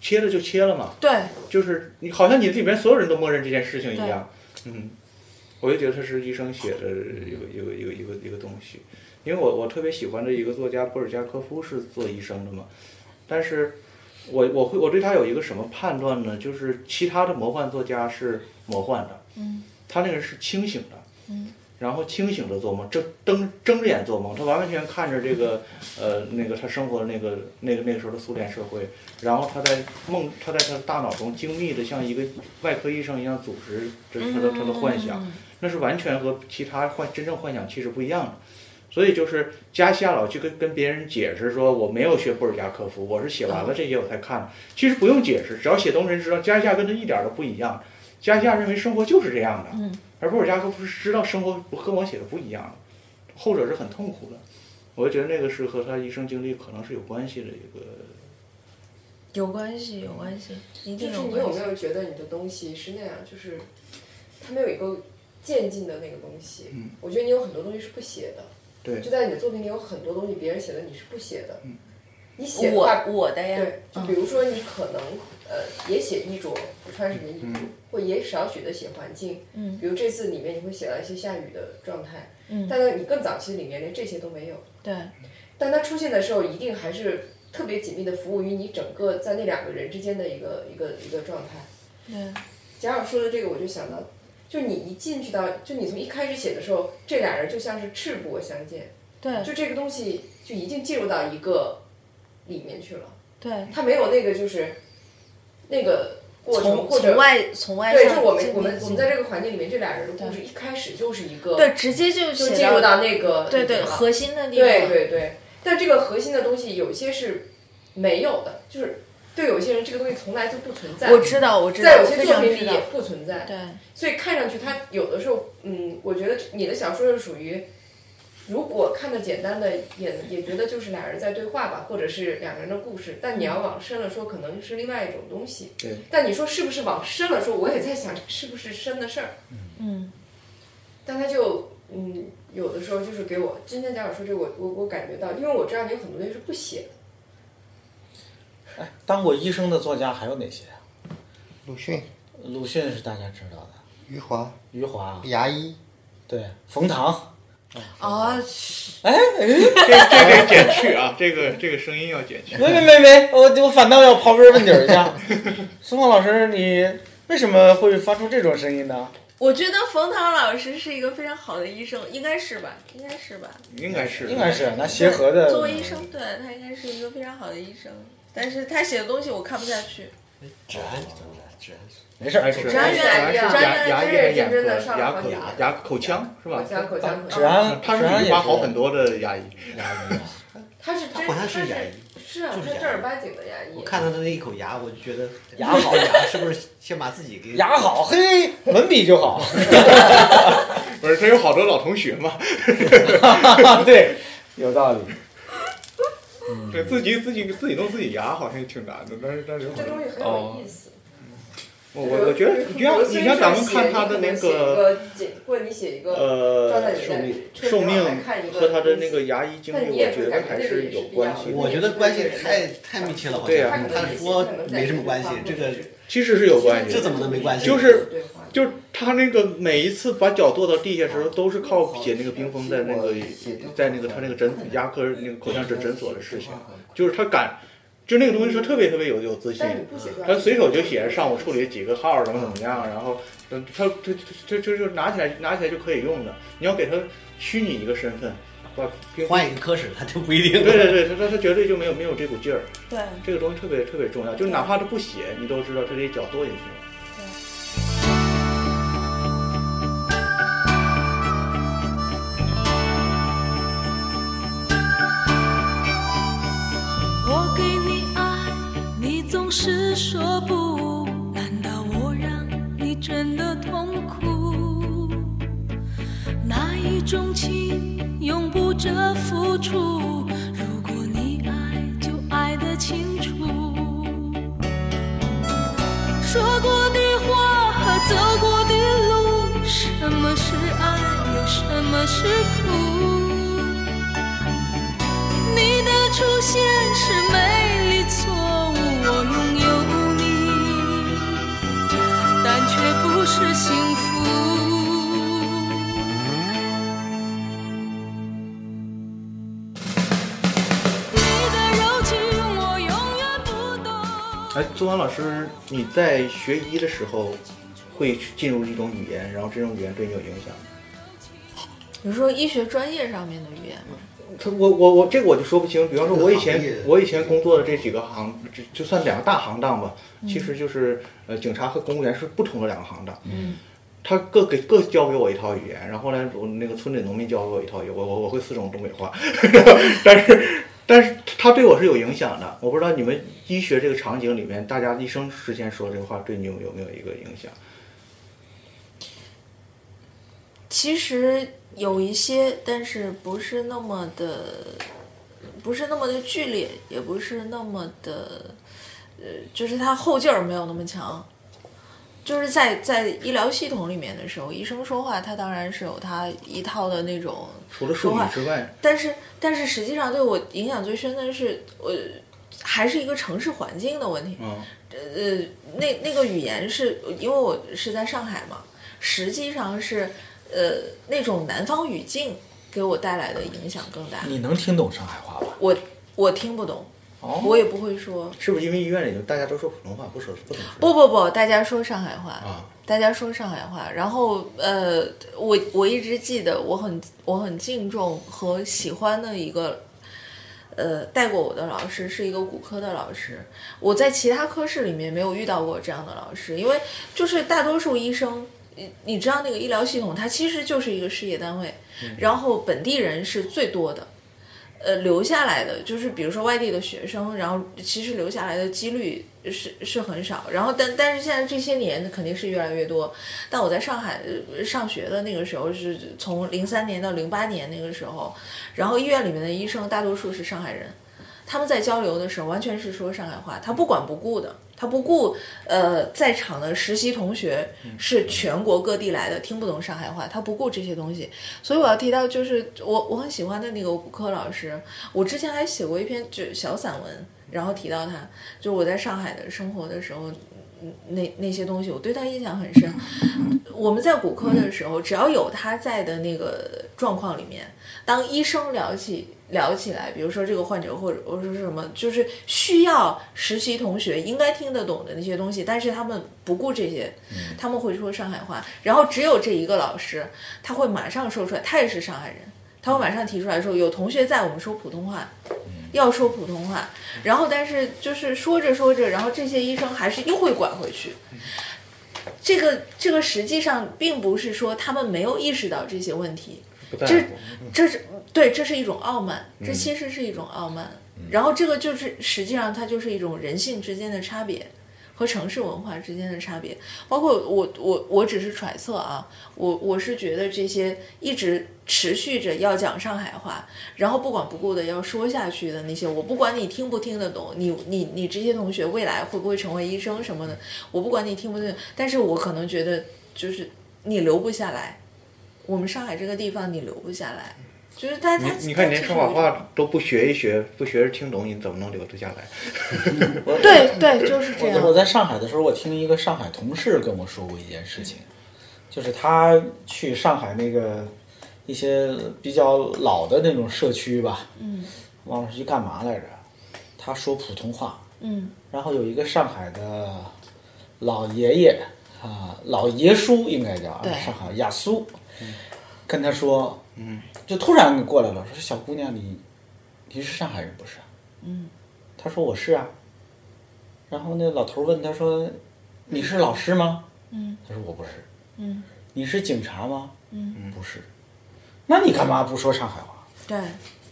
C: 切了就切了嘛，
F: 对，
C: 就是你好像你里边所有人都默认这件事情一
F: 对
C: 样，嗯，我就觉得他是医生写的一个一个一个一个一个东西，因为我我特别喜欢的一个作家波尔加科夫是做医生的嘛，但是我我会我对他有一个什么判断呢？就是其他的魔幻作家是魔幻的，
F: 嗯，
C: 他那个是清醒的，
F: 嗯。
C: 然后清醒的做梦，睁睁睁着眼做梦，他完完全看着这个，呃，那个他生活的那个那个那个时候的苏联社会，然后他在梦，他在他的大脑中精密的像一个外科医生一样组织这他
F: 嗯
C: 的他的幻想，那是完全和其他幻真正幻想气质不一样的。所以就是加西亚老去跟跟别人解释说我没有学布尔加科夫，我是写完了这些我才看的。其实不用解释，只要写东人知道加西亚跟他一点儿都不一样。加西亚认为生活就是这样的，
F: 嗯
C: 而布尔加科夫是知道生活和我写的不一样的，后者是很痛苦的。我就觉得那个是和他一生经历可能是有关系的一个
F: 有关系，有关系，一
L: 就
F: 定
L: 是
F: 有
L: 你有
F: 关
L: 没
F: 系。
L: 有觉得你的东西是那样，就是它没有一个渐进的那个东西。
C: 嗯
L: 我觉得你有很多东西是不写的，
C: 对
L: 就在你的作品里有很多东西别人写的你是不写的。
C: 嗯
L: 你写
F: 我
L: 话
F: 我的呀
L: 对，，就比
F: 嗯，
L: 如说你可能呃也写衣着，不穿什么衣服
C: 嗯，
L: 或也少许的写环境。
F: 嗯
L: 比如这次里面你会写到一些下雨的状态，
F: 嗯，
L: 但在你更早期里面连这些都没有。
F: 对，
L: 但它出现的时候，一定还是特别紧密的服务于你整个在那两个人之间的一个一个一个状态。
F: 对，
L: 贾老说的这个，我就想到，就你一进去到，就你从一开始写的时候，这俩人就像是赤膊相见，
F: 对，
L: 就这个东西就已经进入到一个里面去了，
F: 对，
L: 他没有那个就是那个过程
F: 从
L: 或
F: 从
L: 者
F: 外从外
L: 对，
F: 上
L: 就我们
F: 进
L: 我们
F: 进
L: 我们在这个环境里面，这俩人的故事
F: 对
L: 一开始就是一个
F: 对直接就
L: 就
F: 写
L: 进入到那个
F: 对
L: 里
F: 对
L: 面了
F: 核心的地方，
L: 对对对，但这个核心的东西有些是没有的，就是对有些人这个东西从来就不存在，
F: 我知道我知道，
L: 在有
F: 我
L: 些
F: 非
L: 作
F: 常
L: 品
F: 知
L: 里
F: 道
L: 也，不存在。
F: 对
L: 所以看上去它有的时候，嗯，我觉得你的小说是属于，如果看的简单的，也也觉得就是俩人在对话吧，或者是两个人的故事。但你要往深了说，可能是另外一种东西。
I: 嗯
C: 对。
L: 但你说是不是往深了说，我也在想是不是深的事儿。
F: 嗯，
L: 但他就，嗯，有的时候就是给我今天贾老师这个我我我感觉到，因为我知道你有很多东西是不写的。
E: 哎，当过医生的作家还有哪些啊？
H: 鲁迅、
E: 鲁迅是大家知道的，
H: 余华、
E: 余华，啊
H: 牙医、
E: 对，冯唐，
I: 哦
F: 啊，
C: 这这个剪去啊，这个这个声音要剪去。
E: 没没没没，我我反倒要刨根问底儿一 下，孙浩老师，你为什么会发出这种声音呢？
F: 我觉得冯唐老师是一个非常好的医生，应该是吧？应该是吧？
C: 应该是，
E: 应该是拿协和的。
F: 作为医生，对他应该是一个非常好的医生，但是他写的东西我看不下去。
I: 治安怎么了？治安
E: 没事儿，
C: 是
F: 治
C: 牙
F: 安
C: 是
F: 院
C: 牙
F: 治安
C: 牙
L: 院
C: 牙
L: 真是
C: 龈眼
L: 真
C: 科
L: 的上了
C: 牙
L: 好
C: 口
L: 几
C: 牙
L: 年
C: 牙口腔是吧嗯
L: 口？腔口腔口
E: 治
L: 腔，
I: 啊
E: 安
C: 他
E: 治
C: 是
E: 安
C: 比
E: 也
C: 八
E: 是
C: 好很多 的牙医，
I: 牙医啊，
L: 他是真
I: 好像
L: 他
I: 是牙医
L: 是是啊，
I: 就是
L: 他
I: 牙医
L: 正儿八经的牙医
I: 我。看到他那一口牙，我就觉得
E: 牙 好
I: 牙是不是先把自己给
E: 牙好，嘿，文笔就好。
C: 不是他有好多老同学 嘛，
E: 对，有道理。
I: 嗯
C: 对自己自己自己弄自己牙好像也挺难的，但是但是有好
L: 这
C: 多
L: 东西很有意思。
C: 我我我觉得你像你像咱们看他的那个
L: 个，或者你写一个装在
C: 呃
L: 你
C: 寿
L: 的
C: 命
L: 车
C: 寿
L: 上
C: 命
L: 来看一个
C: 和他的那个牙医经历，
L: 但你
C: 我
L: 也会
C: 觉得
L: 感觉
C: 还
L: 这个
C: 是
L: 也是
C: 有
L: 必
C: 关
L: 要
C: 系
L: 的
C: 的。
I: 我觉得关系太太密切了，好
C: 对
I: 像
C: 啊
I: 他说没什么关系，这个
C: 其实是有关系
I: 这
C: 的，
I: 怎么能没关系？
C: 就是
L: 对话
C: 就是他那个每一次把脚跺到地下的时候，都是靠写那个冰封在那个在那个他那个诊牙科那个口腔诊诊所的事情，就是他敢，就那个东西说特别特别有有自信
L: 但，是你不写出来，
C: 他随手就写上午处理几个号儿怎么怎么样，然后嗯他他他就就拿起来拿起来就可以用的，你要给他虚拟一个身份，把冰封。
I: 换一个科室，他就不一定
C: 对对对，他他他绝对就没有没有这股劲儿，
F: 对，
C: 这个东西特别特别重要，就是哪怕他不写，你都知道他这一脚跺进去了。
K: 我给你爱，你总是说不。难道我让你真的痛苦？那一种情永不折付出。如果你爱，就爱得清楚。说过的话和走过的路，什么是爱，有什么是苦？你的出现是美丽错误，我拥有你，但却不是幸福。你的柔情我永远不懂。
C: 哎，宗安老师，你在学医的时候会去进入一种语言，然后这种语言对你有影响吗？
F: 你说医学专业上面的语言吗？
C: 他我我我这个我就说不清。比方说，我以
I: 这个行
C: 前
I: 业
C: 我以前工作的这几个行，就就算两个大行当吧，其实就是呃，警察和公务员是不同的两个行当。嗯。他各给各教给我一套语言，然后呢，我那个村里农民教给我一套语言，我我我会四种东北话， 但是但是他对我是有影响的。我不知道你们医学这个场景里面，大家医生之间说这个话，对你有有没有一个影响？
F: 其实有一些，但是不是那么的，不是那么的剧烈，也不是那么的，呃，就是它后劲儿没有那么强。就是在在医疗系统里面的时候，医生说话，他当然是有他一套的那种
C: 除了术
F: 说
C: 语
F: 话
C: 之外，
F: 但是，但是实际上对我影响最深的是，我还是一个城市环境的问题。
C: 嗯，
F: 呃，那那个语言是因为我是在上海嘛，实际上是呃那种南方语境给我带来的影响更大。
E: 你能听懂上海话吧？
F: 我我听不懂，我也不会说。
C: 是不是因为医院里头大家都说普通话，不说不懂
F: 不不不，大家说上海话。
C: 啊？
F: 大家说上海话，然后呃，我我一直记得我很我很敬重和喜欢的一个，呃，带过我的老师是一个骨科的老师，我在其他科室里面没有遇到过这样的老师，因为就是大多数医生，你你知道那个医疗系统它其实就是一个事业单位，然后本地人是最多的。呃，留下来的就是比如说外地的学生，然后其实留下来的几率是是很少。然后但但是现在这些年肯定是越来越多。但我在上海呃上学的那个时候是从零三年到零八年那个时候，然后医院里面的医生大多数是上海人，他们在交流的时候完全是说上海话，他不管不顾的。他不顾呃在场的实习同学是全国各地来的，听不懂上海话，他不顾这些东西。所以我要提到就是我我很喜欢的那个骨科老师，我之前还写过一篇就小散文，然后提到他，就我在上海的生活的时候，嗯那那些东西，我对他印象很深。 我们在骨科的时候，只要有他在的那个状况里面，当医生聊起聊起来，比如说这个患者或者或者是什么，就是需要实习同学应该听得懂的那些东西，但是他们不顾这些，他们会说上海话，然后只有这一个老师，他会马上说出来，他也是上海人，他会马上提出来说，有同学在我们说普通话。要说普通话，然后但是就是说着说着，然后这些医生还是又会拐回去。这个这个实际上并不是说他们没有意识到这些问题，
C: 不在
F: 这
C: 乎。
F: 这是对，这是一种傲慢，这其实是一种傲慢。然后这个就是实际上它就是一种人性之间的差别。和城市文化之间的差别，包括我我我只是揣测啊，我我是觉得这些一直持续着要讲上海话，然后不管不顾的要说下去的那些，我不管你听不听得懂，你你你这些同学未来会不会成为医生什么的，我不管你听不听，但是我可能觉得就是你留不下来，我们上海这个地方你留不下来，就是他他
C: 你你看，
F: 他
C: 连
F: 就是
C: 说好
F: 有一种
C: 话都不学一学，不学着听懂，你怎么能留得下来？
F: 对对就是这样
E: 我，我在上海的时候，我听一个上海同事跟我说过一件事情，
F: 嗯
E: 就是他去上海那个一些比较老的那种社区吧，嗯，忘了是去干嘛来着，他说普通话，
F: 嗯
E: 然后有一个上海的老爷爷啊，老爷叔应该叫啊
F: 对，嗯
E: 上海雅苏，跟他说，嗯，就突然过来了，说小姑娘你你是上海人不是？嗯，他说我是啊，然后那老头问他说你是老师吗？嗯，他说我不是，
F: 嗯，
E: 你是警察吗？嗯，不是，那你干嘛不说上海话？
F: 对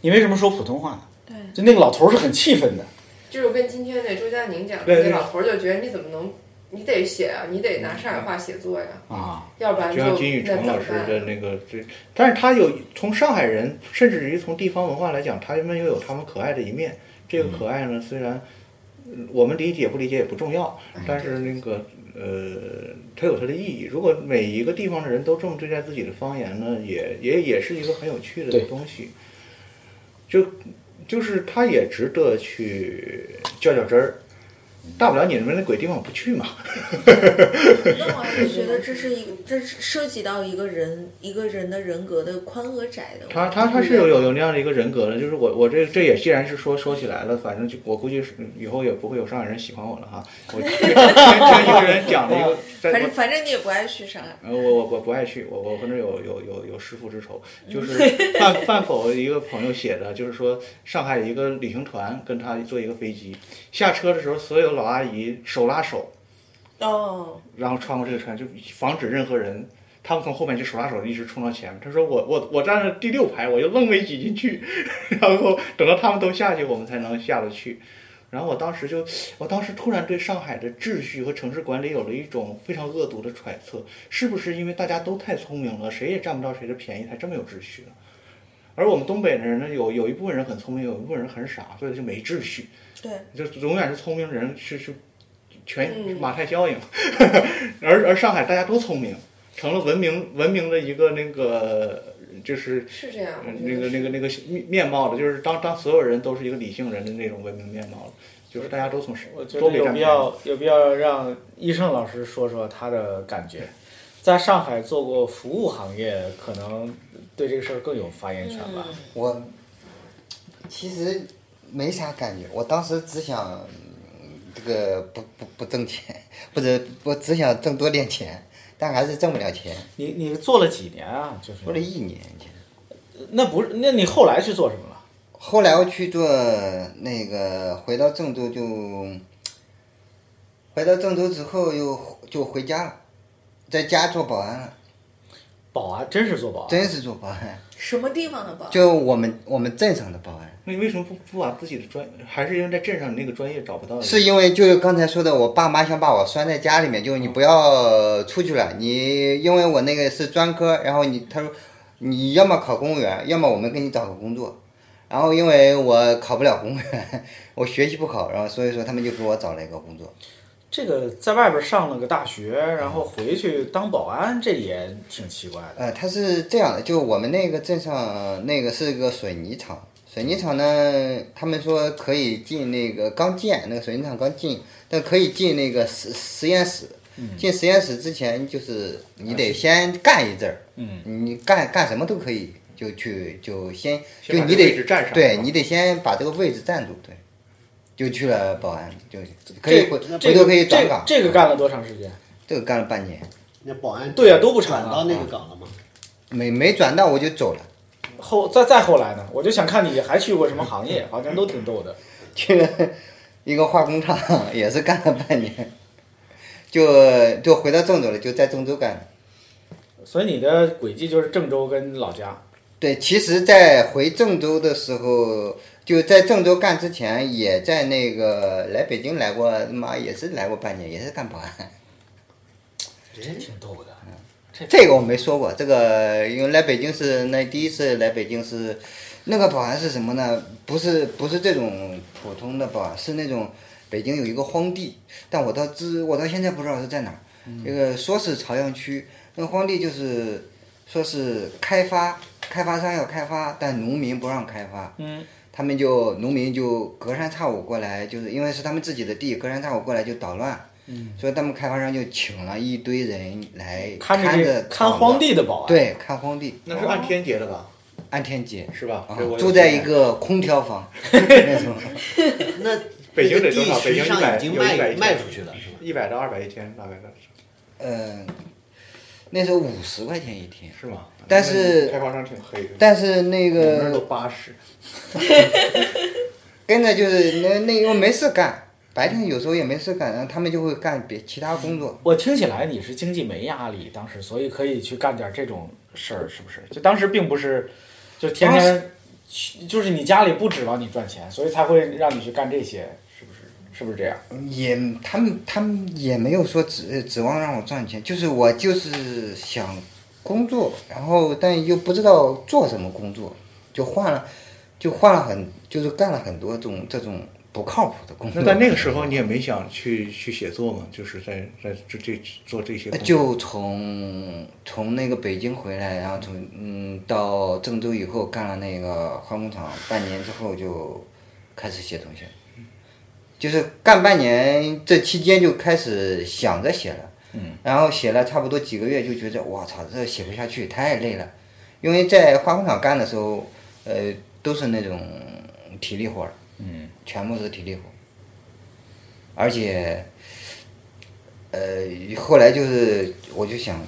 E: 你为什么说普通话呢？
F: 对。
E: 就那个老头是很气愤的，
L: 就是跟今天那周佳宁讲，
C: 对
L: 那
C: 对
L: 老头儿就觉得你怎么能，你得写啊，你得拿上海话写作呀，
E: 啊，
L: 要不然
C: 就
L: 就
C: 像金宇
L: 那
C: 澄
L: 怎么
C: 老师的
L: 办？
C: 那个，这，但是他有从上海人，甚至于从地方文化来讲，他们又有他们可爱的一面。这个可爱呢，虽然嗯我们理解不理解也不重要，
L: 哎
C: 但是那个呃，它有它的意义。如果每一个地方的人都这么对待自己的方言呢，也也也是一个很有趣的
E: 对
C: 东西。就就是它也值得去较较真儿，大不了你们那鬼地方不去嘛。
F: 那我还是觉得这是一个，这是涉及到一个人一个人的人格的宽和窄的问题。
C: 他他他是有有有那样的一个人格的，就是我我这这也既然是说说起来了，反正就我估计是以后也不会有上海人喜欢我了哈。我 听听一个人讲 了一个，在
F: 反正
C: 我
F: 反正你也不爱去上海，
C: 呃我我我不爱去，我我反正有有有有师傅之仇，就是范范否一个朋友写的，就是说上海一个旅行团跟他坐一个飞机，下车的时候所有老阿姨手拉手，
F: 哦，
C: 然后穿过这个船，就防止任何人。他们从后面就手拉手一直冲到前面。他说我我我站在第六排，我就愣没挤进去，然后等到他们都下去，我们才能下得去。然后我当时就，我当时突然对上海的秩序和城市管理有了一种非常恶毒的揣测，是不是因为大家都太聪明了，谁也占不到谁的便宜，才这么有秩序呢？而我们东北的人呢，有有一部分人很聪明，有一部分人很傻，所以就没秩序。
F: 对，
C: 就永远是聪明人是是全
L: 嗯
C: 马太效应， 而而上海大家都聪明，成了文明文明的一个那个就是
L: 是这样，我觉得
C: 那个那
L: 是
C: 个那个面面貌了，就是当当所有人都是一个理性人的那种文明面貌了，就是大家都从
E: 我觉
C: 都
E: 得
C: 没
E: 有
C: 占
E: 必
C: 便宜
E: 要有必要让医生老师说说他的感觉，在上海做过服务行业，可能对这个事儿更有发言权
H: 嗯
E: 吧。
H: 我其实没啥感觉，我当时只想嗯这个不不不挣钱，或者我只想挣多点钱，但还是挣不了钱，
E: 你你做了几年啊？就是
H: 做了一年。其实
E: 那不是那你后来去做什么了？
H: 后来我去做那个，回到郑州就，回到郑州之后又就回家了，在家做保安了，
E: 保安，真是做保安？
H: 真是做保安，
F: 什么地方的吧？
H: 就我们我们镇上的保安。
C: 那你为什么不不把自己的专，还是因为在镇上你那个专业找不到？
H: 是因为就是刚才说的，我爸妈想把我拴在家里面，就是你不要出去了。你因为我那个是专科，然后你他说你要么考公务员，要么我们给你找个工作。然后因为我考不了公务员， 我学习不好，然后所以说他们就给我找了一个工作。
E: 这个在外边上了个大学，然后回去当保安，这也挺奇怪的。
H: 呃，他是这样的，就我们那个镇上那个是个水泥厂，水泥厂呢，他们说可以进那个刚建那个水泥厂刚进，但可以进那个实实验室。
C: 嗯
H: 进实验室之前，就是你得先干一阵儿。
C: 啊嗯，
H: 你干干什么都可以，就去就先
C: 先
H: 就
C: 把
H: 你
C: 这个
H: 得
C: 位置占上是
H: 对
C: 吧
H: 你得先把这个位置占住，对，就去了保安，就可以回
E: 这
H: 回头可以转
E: 这
H: 岗
E: 个。这个干了多长时间？
H: 这个干了半年，
I: 那保安
E: 对呀都不
I: 转
E: 长啊
I: 到那个岗了吗？
H: 没没转到我就走了，
E: 后再再后来呢？我就想看你还去过什么行 业，好像都挺逗的。
H: 去了一个化工厂，也是干了半年，就就回到郑州了，就在郑州干了。
E: 所以你的轨迹就是郑州跟老家。
H: 对，其实，在回郑州的时候，就在郑州干之前，也在那个来北京来过，妈也是来过半年，也是干保安。
E: 这挺逗的。
H: 这个我没说过，这个因为来北京是那第一次来北京是，那个保安是什么呢？不是不是这种普通的保安，是那种北京有一个荒地，但我到知我到现在不知道是在哪儿。
E: 嗯
H: 这个说是朝阳区，那个荒地就是说是开发，开发商要开发，但农民不让开发。
E: 嗯。
H: 他们就农民就隔三差五过来，就是因为是他们自己的地，隔三差五过来就捣乱，嗯、所以他们开发商就请了一堆人来
E: 看着
H: 着
E: 这看
H: 厂
E: 荒
H: 子
E: 地的保安。，
H: 对，看荒地，
C: 那是按天结的吧？
H: 按天结，
C: 是吧
H: 啊
C: 这我有，
H: 住在一个空 调房，那种
I: 那
C: 北京得
I: 这
C: 多
I: 地
C: 少
I: 实际上已经
C: 北京一
I: 卖
C: 百有一百一千
I: 卖出去了是吧？
C: 一百到二百一天，大概的
H: 嗯，那时候五十块钱一天，
C: 是吗？
H: 但是
C: 开发商挺黑的，
H: 但是那
C: 我们那儿都
H: 个
C: 八十。
H: 跟着就是那那因为没事干，白天有时候也没事干，然后他们就会干别其他工作。
E: 我听起来你是经济没压力，当时所以可以去干点这种事儿，是不是？就当时并不是，就天天去，就是你家里不指望你赚钱，所以才会让你去干这些，是不是？是不是这样？
H: 嗯也他们他们也没有说指指望让我赚钱，就是我就是想工作，然后但又不知道做什么工作，就换了，就换了很就是干了很多种这种不靠谱的工作。
C: 那在那个时候，你也没想去去写作吗？就是在在这这做这些工作。
H: 呃就从从那个北京回来，然后从嗯到郑州以后干了那个化工厂，半年之后就开始写东西了，就是干半年，这期间就开始想着写了，嗯，然后写了差不多几个月，就觉得我操，这写不下去，太累了，因为在化工厂干的时候，呃，都是那种体力活儿，嗯，全部是体力活儿，而且。呃，后来就是我就想，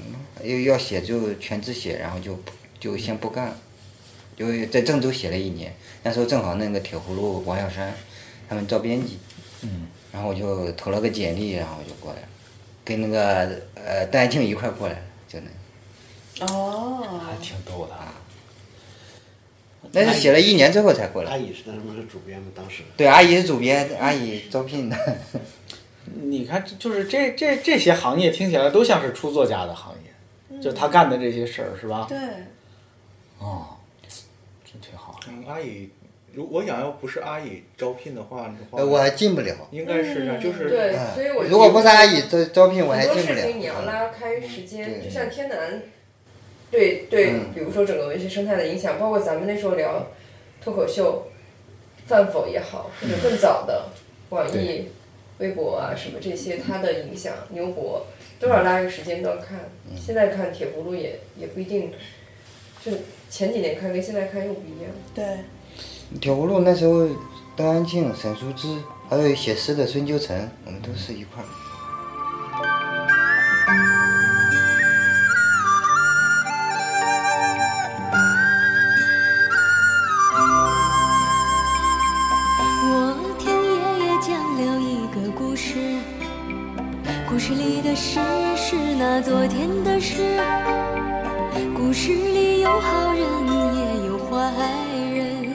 H: 又要写就全职写，然后就不就先不干了，因为在郑州写了一年，那时候正好那个铁葫芦王小山他们招编辑，嗯，然后我就投了个简历，然后我就过来了，跟那个呃戴安庆一块儿过来了，就那，
F: 哦，
E: 还挺逗的。
H: 那是哎写了一年之后才过
I: 阿
H: 来。
I: 姨是那什么是主编吗？当时
H: 对，阿姨是主编，阿姨招聘的，
E: 你看，就是这这这些行业听起来都像是出作家的行业，就他干的这些事儿，是吧？
F: 对，
E: 哦，真挺好。
C: 嗯阿姨，如我想要不是阿姨招聘的话，的话
H: 呃我还进不了。
C: 应该是啊，就是
L: 对
H: 哎，
L: 所以我
H: 如果不是阿姨
L: 很
H: 招招聘，我还
L: 多
H: 进不
L: 事情你要
H: 了。嗯
L: 拉开时间，
H: 对
L: 就像天南，对对
H: 嗯，
L: 比如说整个文学生态的影响，包括咱们那时候聊脱口秀、饭否也好，或者更早的网易、微博啊什么这些，它的影响，牛博都要拉个时间段看。
H: 嗯
L: 现在看铁葫芦也也不一定，就前几年看跟现在看又不一样。
F: 对，
H: 铁葫芦那时候，邓安庆、沈淑之，还有写诗的孙秋成，我们都是一块儿。
F: 嗯
K: 我听爷爷讲了一个故事，故事里的事是那昨天的事，故事里有好人也有坏人，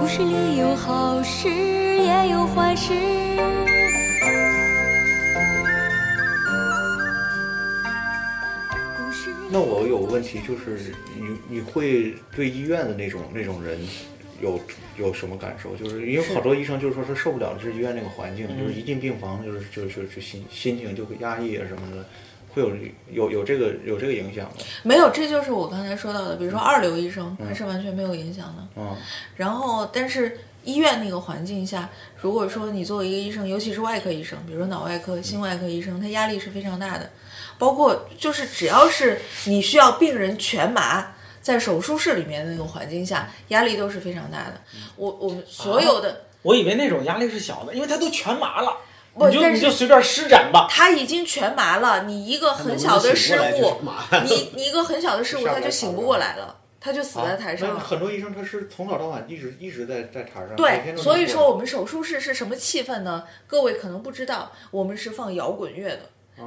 K: 故事里有好事也有坏事。故事里
C: 那我有个问题，就是你你会对医院的那种那种人有有什么感受？就是因为好多医生就是说是受
F: 嗯
C: 不了这医院那个环境，就是一进病房就是就就就心心情就会压抑啊什么的，会有有有这个有这个影响吗？
F: 没有，这就是我刚才说到的，比如说二流医生，
H: 嗯
F: 他是完全没有影响的。
C: 啊、
F: 然后，但是医院那个环境下，如果说你作为一个医生，尤其是外科医生，比如说脑外科、心外科医生，他压力是非常大的。包括就是只要是你需要病人全麻，在手术室里面的那种环境下，压力都是非常大的。
C: 嗯
F: 我我们所有的、
E: 我以为那种压力是小的，因为他都全麻了，
F: 不
E: 你就
F: 但
E: 你
F: 是
E: 就随便施展
C: 啊
E: 吧。
F: 他已经全麻了，你一个很小的失误，你你一个很小的失误，
C: 下不
F: 他
C: 来
F: 就醒不
C: 床
F: 过来了，他就死在台上
C: 啊那
F: 了。
C: 很多医生他是从早到晚一直一直在在台上，每天
F: 对，
C: 都
F: 所以
C: 在
F: 说我们手术室是什么气氛呢？各位可能不知道，我们是放摇滚乐
E: 哦
F: 的，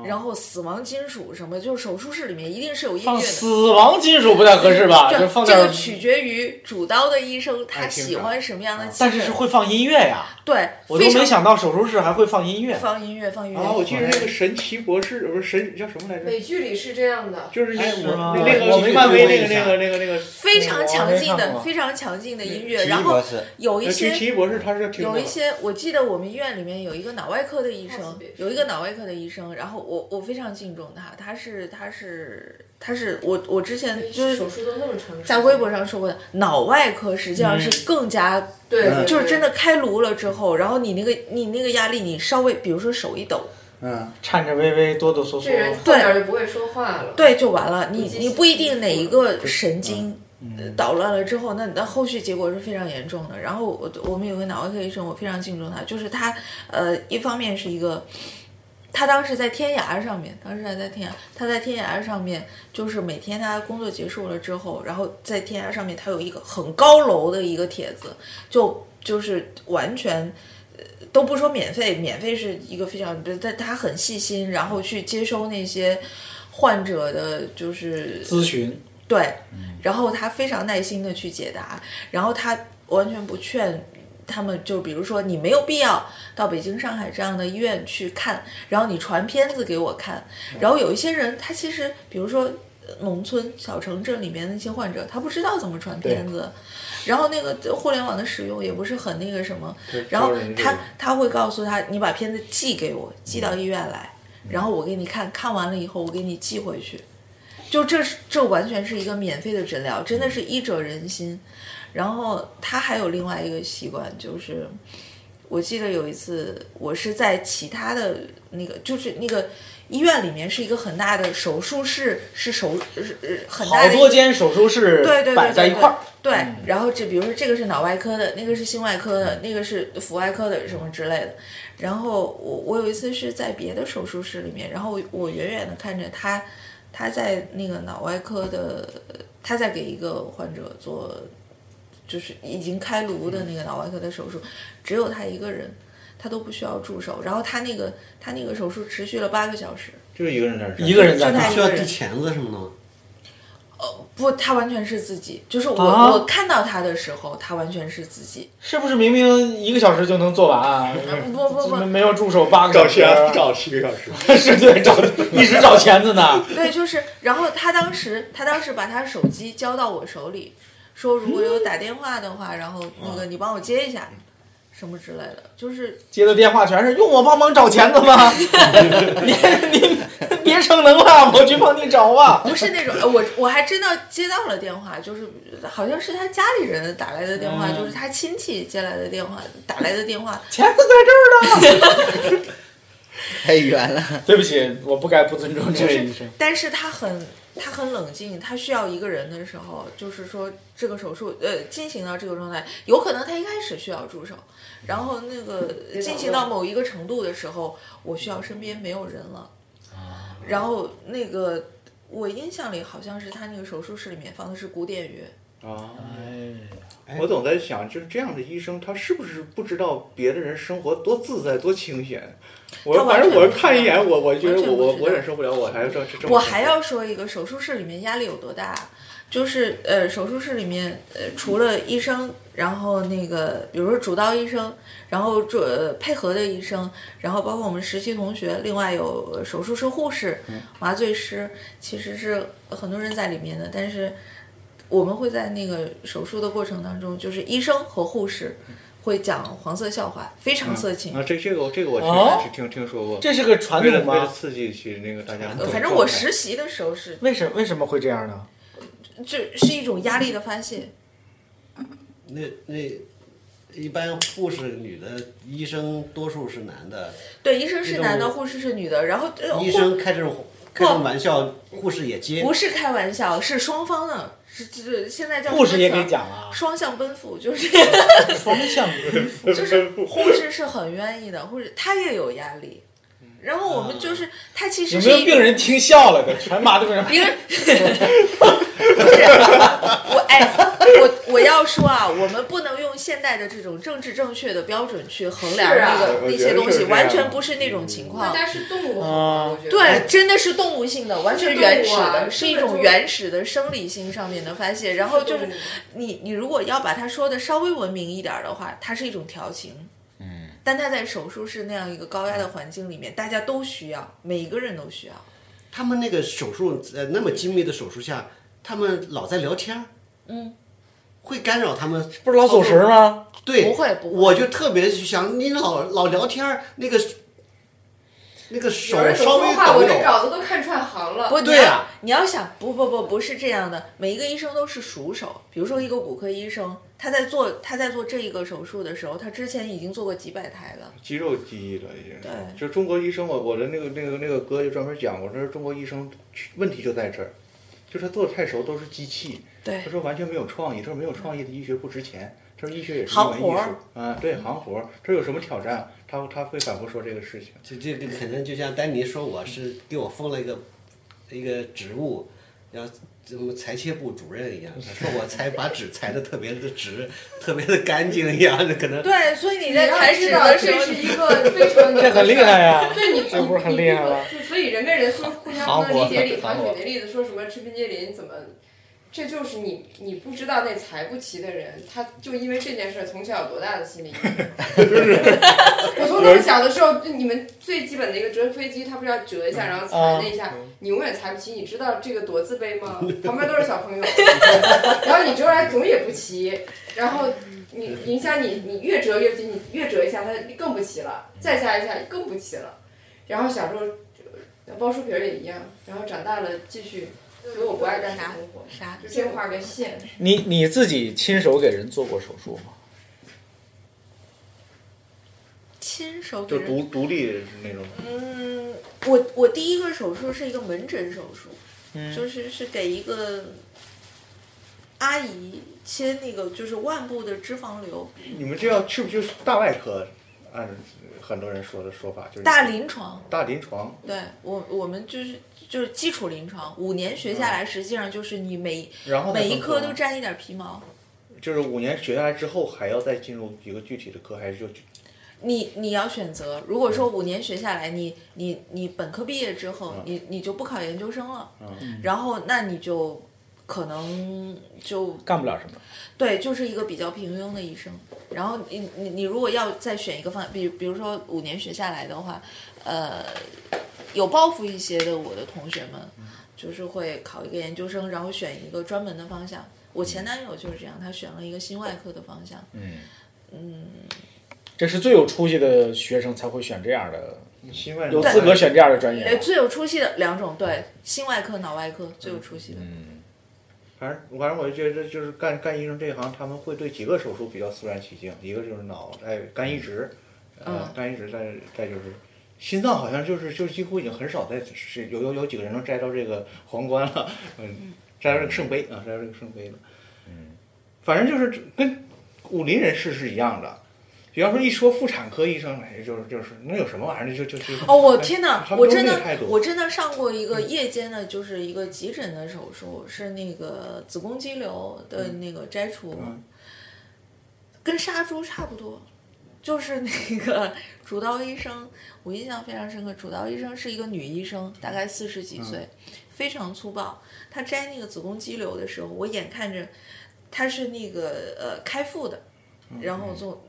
F: 然后死亡金属什么，就是手术室里面一定是有音
E: 放
F: 乐的。
E: 死亡金属不太合适吧？就
F: 这
E: 放
F: 这
E: 点儿
F: 个，取决于主刀的医生他
C: 爱听
F: 喜
C: 啥
F: 欢什么样的气氛，
E: 啊但是是会放音乐呀。
F: 对，
E: 我都
F: 非常
E: 没想哦到手术室还会放音乐。
F: 放音乐，放音乐。
C: 啊，我记得那
F: 嗯
C: 个神奇博士不是神叫什么来着？
L: 美剧里是这样的，
C: 就是一
E: 哎我
C: 那那
E: 我没
C: 个漫威那个
E: 注意一
C: 那
E: 下
C: 个那个那个
F: 非常强劲
E: 我没看
F: 的，
E: 过
F: 非常强劲的音乐，
H: 奇异
F: 然后
H: 博士
F: 有
E: 呃
F: 一
C: 那
F: 些
C: 奇奇异博士，他是听
F: 有
C: 的
F: 一些，我记得我们医院里面有一个脑外科的医生，有一个脑外科的医生，然后我我非常敬重他，他是他是他是我我之前呃就是
L: 手术都那么长时间，
F: 在微博上说过的，脑外科实际上是更加、
L: 对，
I: 嗯
L: 对
F: 就是真的开颅了之后，然后你那个你那个压力，你稍微比如说手一抖，
C: 嗯，
E: 颤颤巍巍、哆哆嗦
L: 这人
E: 嗦。
L: 后面就不会说话了。
F: 对，就完了。
L: 你
F: 你
L: 记
F: 你
L: 性
F: 不一
L: 不
F: 定哪
L: 住
F: 一
L: 了嗯
F: 个神经呃捣乱了之后，那那后续结果是非常严重的。然后我我们有个脑外科医生，我非常敬重他，就是他呃，一方面是一个。他当时在天涯上面，当时还在天涯，他在天涯上面，就是每天他工作结束了之后，然后在天涯上面，他有一个很高楼的一个帖子，就就是完全呃都不说免费，免费是一个非常，但他很细心，然后去接收那些患者的就是
E: 咨询，
F: 对，然后他非常耐心的去解答，然后他完全不劝他们，就比如说你没有必要到北京、上海这样的医院去看，然后你传片子给我看，然后有一些人他其实，比如说呃农村小城镇里面那些患者，他不知道怎么传片子，然后那个互联网的使用也不是很那个什么，然后
C: 人这
F: 他
C: 个
F: 他会告诉他，你把片子寄给我，寄到医院来，然后我给你看看完了以后，我给你寄回去。就这是这完全是一个免费的诊疗，真的是医者仁心。然后他还有另外一个习惯，就是我记得有一次我是在其他的那个，就是那个医院里面是一个很大的手术室，是手是是很大
E: 好
F: 的一
E: 多间手术室
F: 对对对
E: 摆在一块儿。
F: 对，然后这比如说这个是脑外科的，那个是心外科的，那个是腹外科的什么之类的。然后我我有一次是在别的手术室里面，然后我我远远的看着他，他在那个脑外科的，他在给一个患者做，就是已经开颅的那个脑外科的手术，只有他一个人。他都不需要助手，然后他那个他那个手术持续了八个小时，
C: 就是一个人在这儿
E: 一个人在
F: 就
E: 那
F: 他
E: 儿
F: 一
I: 需要
F: 个
I: 递
F: 人，
I: 钳子什么的吗？
F: 不，他完全是自己，就是我、
E: 啊
F: 我看到他的时候，他完全是自己，
E: 是不是明明一个小时就能做完啊？
F: 呃不不不，
E: 没有助手八个
C: 找
E: 小时
C: 钱
E: 啊，
C: 找七个小时，
E: 是对找一直找钳子呢。
F: 对，就是，然后他当时他当时把他手机交到我手里，说如果
L: 嗯
F: 有打电话的话，然后那
I: 嗯
F: 个你帮我接一下，什么之类的，就是
E: 接的电话全是用我帮忙找钳 子吗？你你别逞能了，我去帮你找啊吧。
F: 不是那种，呃我我还真的接到了电话，就是好像是他家里人打来的电
E: 嗯
F: 话，就是他亲戚接来的电话打来的电话，
E: 钳子在 这儿呢。
H: 太远了，
E: 对不起，我不该不尊重这
F: 就
E: 位
F: 是
E: 医生。，
F: 但是他很他很冷静，他需要一个人的时候，就是说这个手术呃进行到这个状态，有可能他一开始需要助手，然后那个进行到某一个程度的时候，我需要身边没有人了，然后那个我印象里好像是他那个手术室里面放的是古典乐，
C: 啊。
E: 哎，
C: 我总在想，就是这样的医生，他是不是不知道别的人生活多自在、多清闲？我
F: 他完
C: 反正
F: 全
C: 我
F: 不知
C: 看一
F: 道
C: 眼，我我觉得
F: 完全
C: 我我
F: 不知
C: 我
F: 道
C: 忍受不了，我还要这这这么
F: 我
C: 生
F: 还
C: 活
F: 要说一个手术室里面压力有多大，就是呃，手术室里面呃，除了医生，然后那个比如说主刀医生，然后这、呃配合的医生，然后包括我们实习同学，另外有呃手术室护士、
I: 嗯
F: 麻醉师，其实是很多人在里面的，但
I: 嗯
F: 是我们会在那个手术的过程当中，就是医生和护士。会讲黄色笑话，非常色情。
C: 啊，这这个这个我
E: 哦
C: 听是听听说过，
E: 这是个传
C: 为了
E: 统
C: 为了
E: 吗？
C: 刺激起那个大家，
F: 呃反正我实习的时候是，
E: 为什为什么会这样呢？
F: 就是一种压力的发泄。
I: 那那一般护士女的，医生多数是男的，
F: 对，医生是男的，
I: 这种
F: 护士是女的，然后呃
I: 医
F: 护
I: 生开这种开这种玩笑，护士也接
F: 不。是开玩笑，是双方的，是是现在叫
E: 护士也给
F: 给，
E: 讲啊了，
F: 啊双向奔赴， 就是
E: 双向奔赴
F: 就是护士是很愿意的，护士她也有压力。然后我们就是她其
E: 有
F: 实
E: 没
F: 是
E: 嗯有
F: 一
E: 病人听笑了的？全麻的病人，
F: 别人不是我哎，我我要说啊，我们不能用现代的这种政治正确的标准去衡量
L: 是啊嗯
F: 那个那
C: 我觉得
F: 些东
C: 是
F: 西，
C: 这样
F: 完全不是那种情
L: 大
F: 况。
L: 家是动物好
E: 啊
L: 吗，我觉得
F: 对，真的是动物性的，完全原始
L: 是动物啊
F: 的，是一
L: 真的
F: 种
L: 就
F: 原始的生理性上面的发泄。然后就是你，你如果要把它说的稍微文明一点儿的话，它是一种调情。嗯，但它在手术室那样一个高压的环境里面，大家都需要，每一个人都需要。
I: 他们那个手术呃那么精密的手术下，他们老在聊天嗯，会干扰他们。
E: 不是老走神儿吗？
I: 对，
F: 不会不会
I: 我就特别想你老老聊天儿那个那个手
L: 有人怎
I: 稍
L: 么
I: 微
L: 说话，
I: 抖
L: 我
I: 一
L: 这
I: 抖，
L: 稿子都看串行了。
F: 不，
I: 对呀
F: 你要你要想，不不不，不是这样的。每一个医生都是熟手，比如说一个骨科医生，他在做他在做这一个手术的时候，他之前已经做过几百台了。
C: 肌肉记忆了已经。
F: 对
C: 就中国医生，我我的那个那个那个哥就专门讲，我说中国医生问题就在这儿，就是他做的太熟，都是机器。
F: 对
C: 他说完全没有创意，他说没有创意的医学不值钱，他说医学也是一
F: 行
C: 门
F: 活
C: 艺术啊，对行活儿，这有什么挑战？他他会反复说这个事情。
I: 这这个可能就像丹尼说我是给我封了一个一个职务，然后怎么裁切部主任一样，说我裁把纸裁的特别的直，特别的干净一样，可能
F: 对，所以你
L: 你
F: 在
L: 要
F: 裁纸
L: 知道，
F: 的时
L: 这
F: 候
L: 是，一个非常
E: 这很厉害呀
L: 对你，
E: 这不是很厉害吗
L: 你？你所以人跟人说互相
E: 韩
L: 不
E: 国
L: 能理解李
E: 韩
L: 唐
E: 国
L: 举的例子，说什么吃冰激凌怎么，这就是你你不知道那财不齐的人，他就因为这件事儿从小有多大的心理阴影。我从那么小的时候，就你们最基本的一个折飞机，他不是要折一下，然后裁那一下，你永远裁不齐，你知道这个多自卑吗？旁边都是小朋友， 然后你折来总也不齐，然后你你想你你越折越齐，你越折一下它更不齐了，再下一下更不齐了。然后小时候呃包书皮儿也一样，然后长大了继续，所以我不爱干手工活，
F: 啥
L: 就先画个线。
E: 你你自己亲手给人做过手术吗？
F: 亲手给
C: 就
F: 人。
C: 独独立那种，
F: 嗯，我我第一个手术是一个门诊手术，就是是给一个阿姨切那个就是腕部的脂肪瘤，
C: 你们这要是不是就是大外科？按很多人说的说法，就是
F: 大临床。
C: 大临床，
F: 对我，我们就是就是基础临床，五年学下来，实际上就是你每
C: 然后再
F: 每一
C: 缝
F: 科
C: 合
F: 都沾一点皮毛。
C: 就是五年学下来之后，还要再进入一个具体的科，还是就
F: 你你要选择，如果说五年学下来，你你你本科毕业之后，你你就不考研究生了，然后那你就可能就
E: 干不了什么。
F: 对，就是一个比较平庸的医生。然后你你你如果要再选一个方，比比如说五年学下来的话，呃，有抱负一些的我的同学们，
E: 嗯
F: 就是会考一个研究生，然后选一个专门的方向。我
E: 嗯
F: 前男友就是这样，他选了一个心外科的方向。嗯
E: 这是最有出息的学生才会选这样的，
C: 心外
E: 有资格选这样的专业
F: 呃，
E: 吗。
F: 最有出息的两种，对，心外科、脑外科最有出息的。
C: 反正反正我就觉得就是干干医生这一行，他们会对几个手术比较肃然起敬，一个就是脑，哎，肝移植，呃
F: 嗯，
C: 肝移植，再再就是心脏，好像就是就是几乎已经很少在是有有有几个人能摘到这个 皇冠了，嗯，摘到这个圣杯啊，摘到这个圣杯了，嗯，反正就是跟武林人士是一样的。比方说一说妇产科医生，哎，就是就是那有什么玩意儿就就就
F: 哦，我
C: 哎
F: 天哪！
C: 他们
F: 我
C: 都
F: 真
C: 那
F: 的
C: 个态，度
F: 我真的上过一个
C: 嗯
F: 夜间的，就是一个急诊的手术，是那个子宫肌瘤的那个摘除，
C: 嗯
F: 跟杀猪差不多。就是那个 主刀医生，我印象非常深刻。主刀医生是一个女医生，大概四十
C: 嗯
F: 几岁，非常粗暴。她摘那个子宫肌瘤的时候，我眼看着她是那个呃开腹的，
C: 嗯
F: 然后就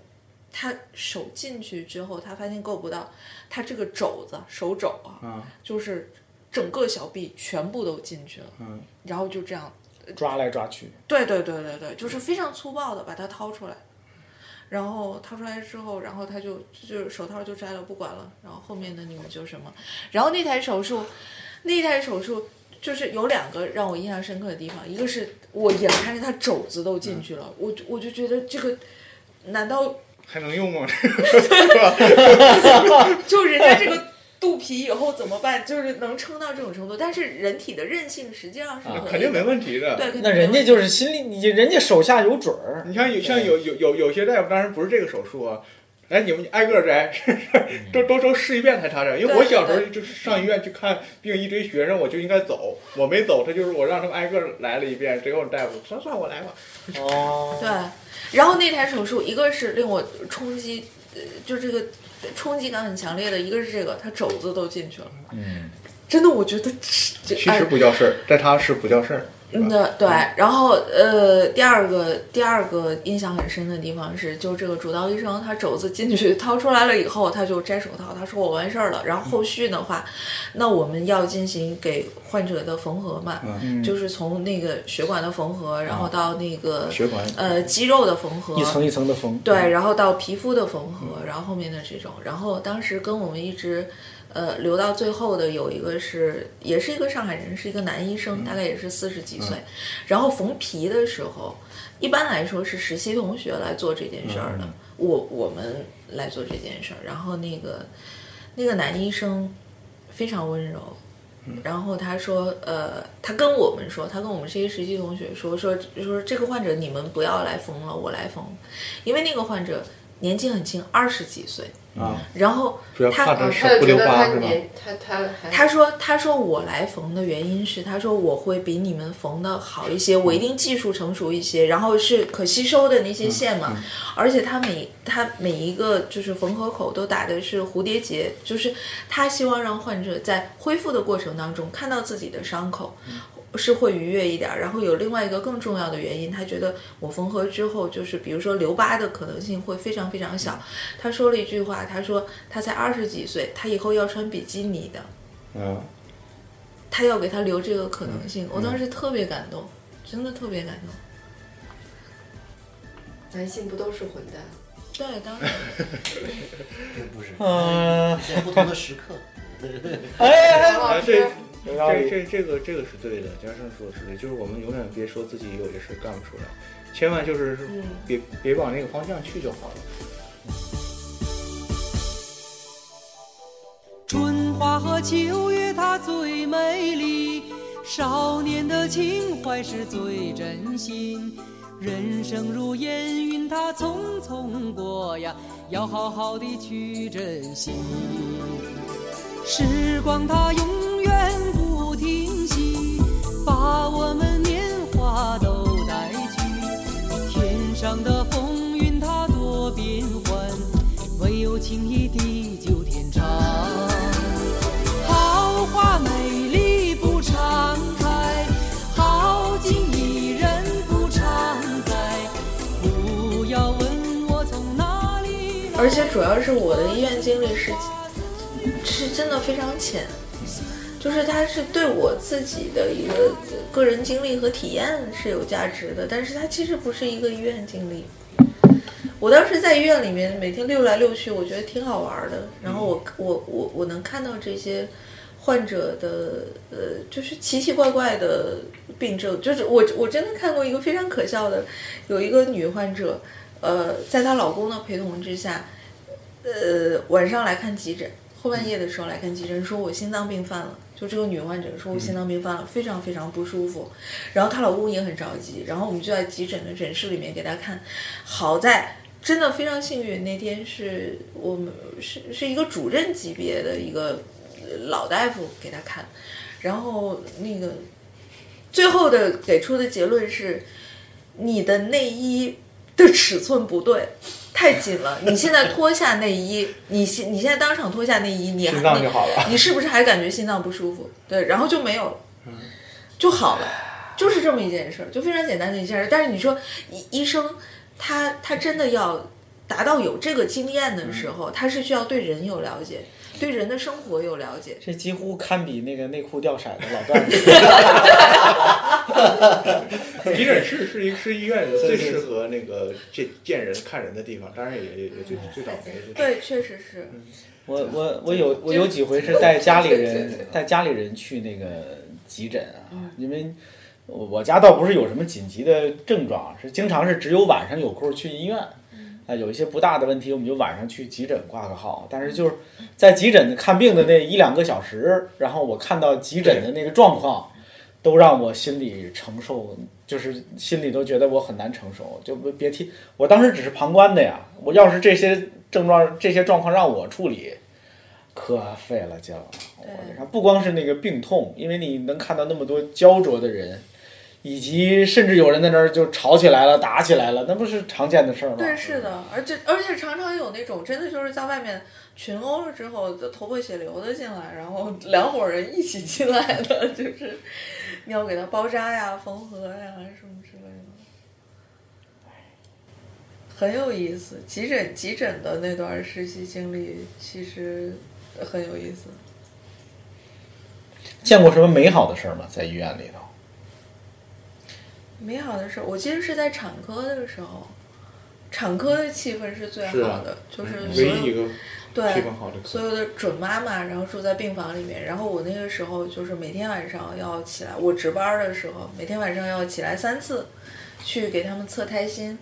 F: 她手进去之后，她发现够不到，她这个肘子手肘啊，
C: 啊，
F: 就是整个小臂全部都进去了，
C: 嗯
F: 然后就这样，
E: 抓来抓去，
F: 对对对对对，就是非常粗暴的把它掏出来，然后掏出来之后，然后他就就是手套就摘了不管了，然后后面的你们就什么，然后那台手术，那台手术就是有两个让我印象深刻的地方，一个是我眼看着他肘子都进去了，我就我就觉得这个难道
C: 还能用吗？
F: 就人家这个肚皮以后怎么办？就是能撑到这种程度，但是人体的韧性实际上是可以的
C: 肯定没问题的。
F: 啊对，肯定
E: 那人家就是心里，你人家手下有准儿，
C: 你像有像有有有有些大夫，当然不是这个手术啊。哎，你们挨个儿摘， 是是都都都试一遍才查诊。因为我
F: 对
C: 小时候
F: 对
C: 就是上医院去看病，一堆学生我就应该走，我没走，他就是我让他们挨个儿来了一遍，最后大夫算算我来吧。
E: 哦，
F: 对，然后那台手术，一个是令我冲击，呃，就这个冲击感很强烈的，一个是这个，他肘子都进去了，
E: 嗯，
F: 真的，我觉得这
C: 其
F: 哎
C: 实不叫事儿，在他是不叫事儿。是
F: 嗯，
C: 吧
F: 对对，然后呃，第二个第二个印象很深的地方是，就这个主刀医生他肘子进去掏出来了以后，他就摘手套，他说我完事儿了。然后后续的
C: 嗯
F: 话，那我们要进行给患者的缝合嘛，
C: 嗯啊
F: 就是从那个血管的缝合，然后到那个
C: 血管
F: 呃肌肉的缝合，
E: 一层一层的缝，
F: 对，，然后到皮肤的缝合，然后后面的这种，然后当时跟我们一直，呃，留到最后的有一个是，也是一个上海人，是一个男医生，大概也是四十几岁，然后缝皮的时候，一般来说是实习同学来做这件事儿的，我我们来做这件事儿，然后那个那个男医生非常温柔，
C: 嗯
F: 然后他说，呃，他跟我们说，他跟我们这些实习同学说，说说这个患者你们不要来缝了，我来缝，因为那个患者年纪很轻，二十几岁，
C: 啊，
F: 然后
C: 主要怕
F: 他
C: 他
L: 他
C: 是
L: 就
C: 不
L: 觉
C: 留
L: 得
C: 疤
L: 他
C: 是吧？
L: 年他他还
F: 他说他说我来缝的原因是，他说我会比你们缝的好一些，我一定技术成熟一些，然后是可吸收的那些线嘛，而且他每他每一个就是缝合口都打的是蝴蝶结，就是他希望让患者在恢复的过程当中看到自己的伤口。是会愉悦一点儿，然后有另外一个更重要的原因，他觉得我缝合之后，就是比如说留疤的可能性会非常非常小。他说了一句话，他说他才二十几岁，他以后要穿比基尼的。
L: 哦
C: 嗯，
F: 他要给他留这个可能性，我当时特别感动，真的特别感动。
L: 男性不都是混蛋？
F: 对，当然，
I: 并不是，
E: 嗯，
I: 在不同的时刻。
E: 哎，
L: 王老
C: 啊，
L: 师
C: 这。
E: 有道
C: 这
E: 理，
C: 这这个这个是对的，加上说的是对，就是我们永远别说自己有些事干不出来，千万就是
L: 嗯
C: 别、别往那个方向去就好了。
J: 春花和秋月它最美丽，少年的情怀是最真心。人生如烟云，它匆匆过呀，要好好的去珍惜。时光它永远不停息，把我们年华都带去。天上的风云它多变幻，唯有情谊地久天长。桃花美丽不常开，好景伊人不常在。不要问我从哪里来。
F: 而且主要是我的医院经历是是真的非常浅，就是它是对我自己的一个个人经历和体验是有价值的，但是它其实不是一个医院经历。我当时在医院里面每天溜来溜去，我觉得挺好玩儿的。然后我我我我能看到这些患者的呃，就是奇奇怪怪的病症，就是我我真的看过一个非常可笑的，有一个女患者，呃，在她老公的陪同之下，呃，晚上来看急诊，后半夜的时候来看急诊，说我心脏病犯了。就这个女患者说我心脏病犯了，非常非常不舒服，然后她老公也很着急，然后我们就在急诊的诊室里面给她看，好在真的非常幸运，那天是我们是是一个主任级别的一个呃老大夫给他看，然后那个最后的给出的结论是，你的内衣的尺寸不对。太紧了，你现在脱下内衣，你现你现在当场脱下内衣，你还
C: 心脏就好了
F: 你，你是不是还感觉心脏不舒服？对，然后就没有了，
C: 嗯
F: 就好了，就是这么一件事儿，就非常简单的一件事儿。但是你说医医生
C: 嗯
F: 他他真的要达到有这个经验的时候，他是需要对人有了解，对人的生活有了解。
E: 这几乎堪比那个内裤掉色的老段子。
C: 急诊室是一是医院最适合那个见见人看人的地方，当然也也也最最倒霉的。
F: 对，确实是。
E: 我我我有我有几回是带家里人带家里人去那个急诊啊，因为我我家倒不是有什么紧急的症状，啊是经常是只有晚上有空去医院。啊，有一些不大的问题，我们就晚上去急诊挂个号。但是就是在急诊看病的那一两个小时，然后我看到急诊的那个状况，都让我心里承受，就是心里都觉得我很难承受。就不别提，我当时只是旁观的呀。我要是这些症状、这些状况让我处理，可费了劲了。我这上不光是那个病痛，因为你能看到那么多焦灼的人。以及甚至有人在那儿就吵起来了、打起来了，那不是常见的事儿吗？
F: 对，是的，而且而且常常有那种真的就是在外面群殴了之后，就头破血流的进来，然后两伙人一起进来的， 就是你要给他包扎呀、缝合呀什么之类的，很有意思。急诊急诊的那段实习经历其实很有意思。
E: 见过什么美好的事儿吗？在医院里头，
F: 美好的事，我记得是在产科的时候，产科的气氛是最
C: 是啊
F: 好的，就是所
C: 唯一一
F: 有
C: 个
F: 对
C: 地方好的
F: 所有的准妈妈，然后住在病房里面。然后我那个时候就是每天晚上要起来，我值班儿的时候每天晚上要起来三次，去给他们测胎心，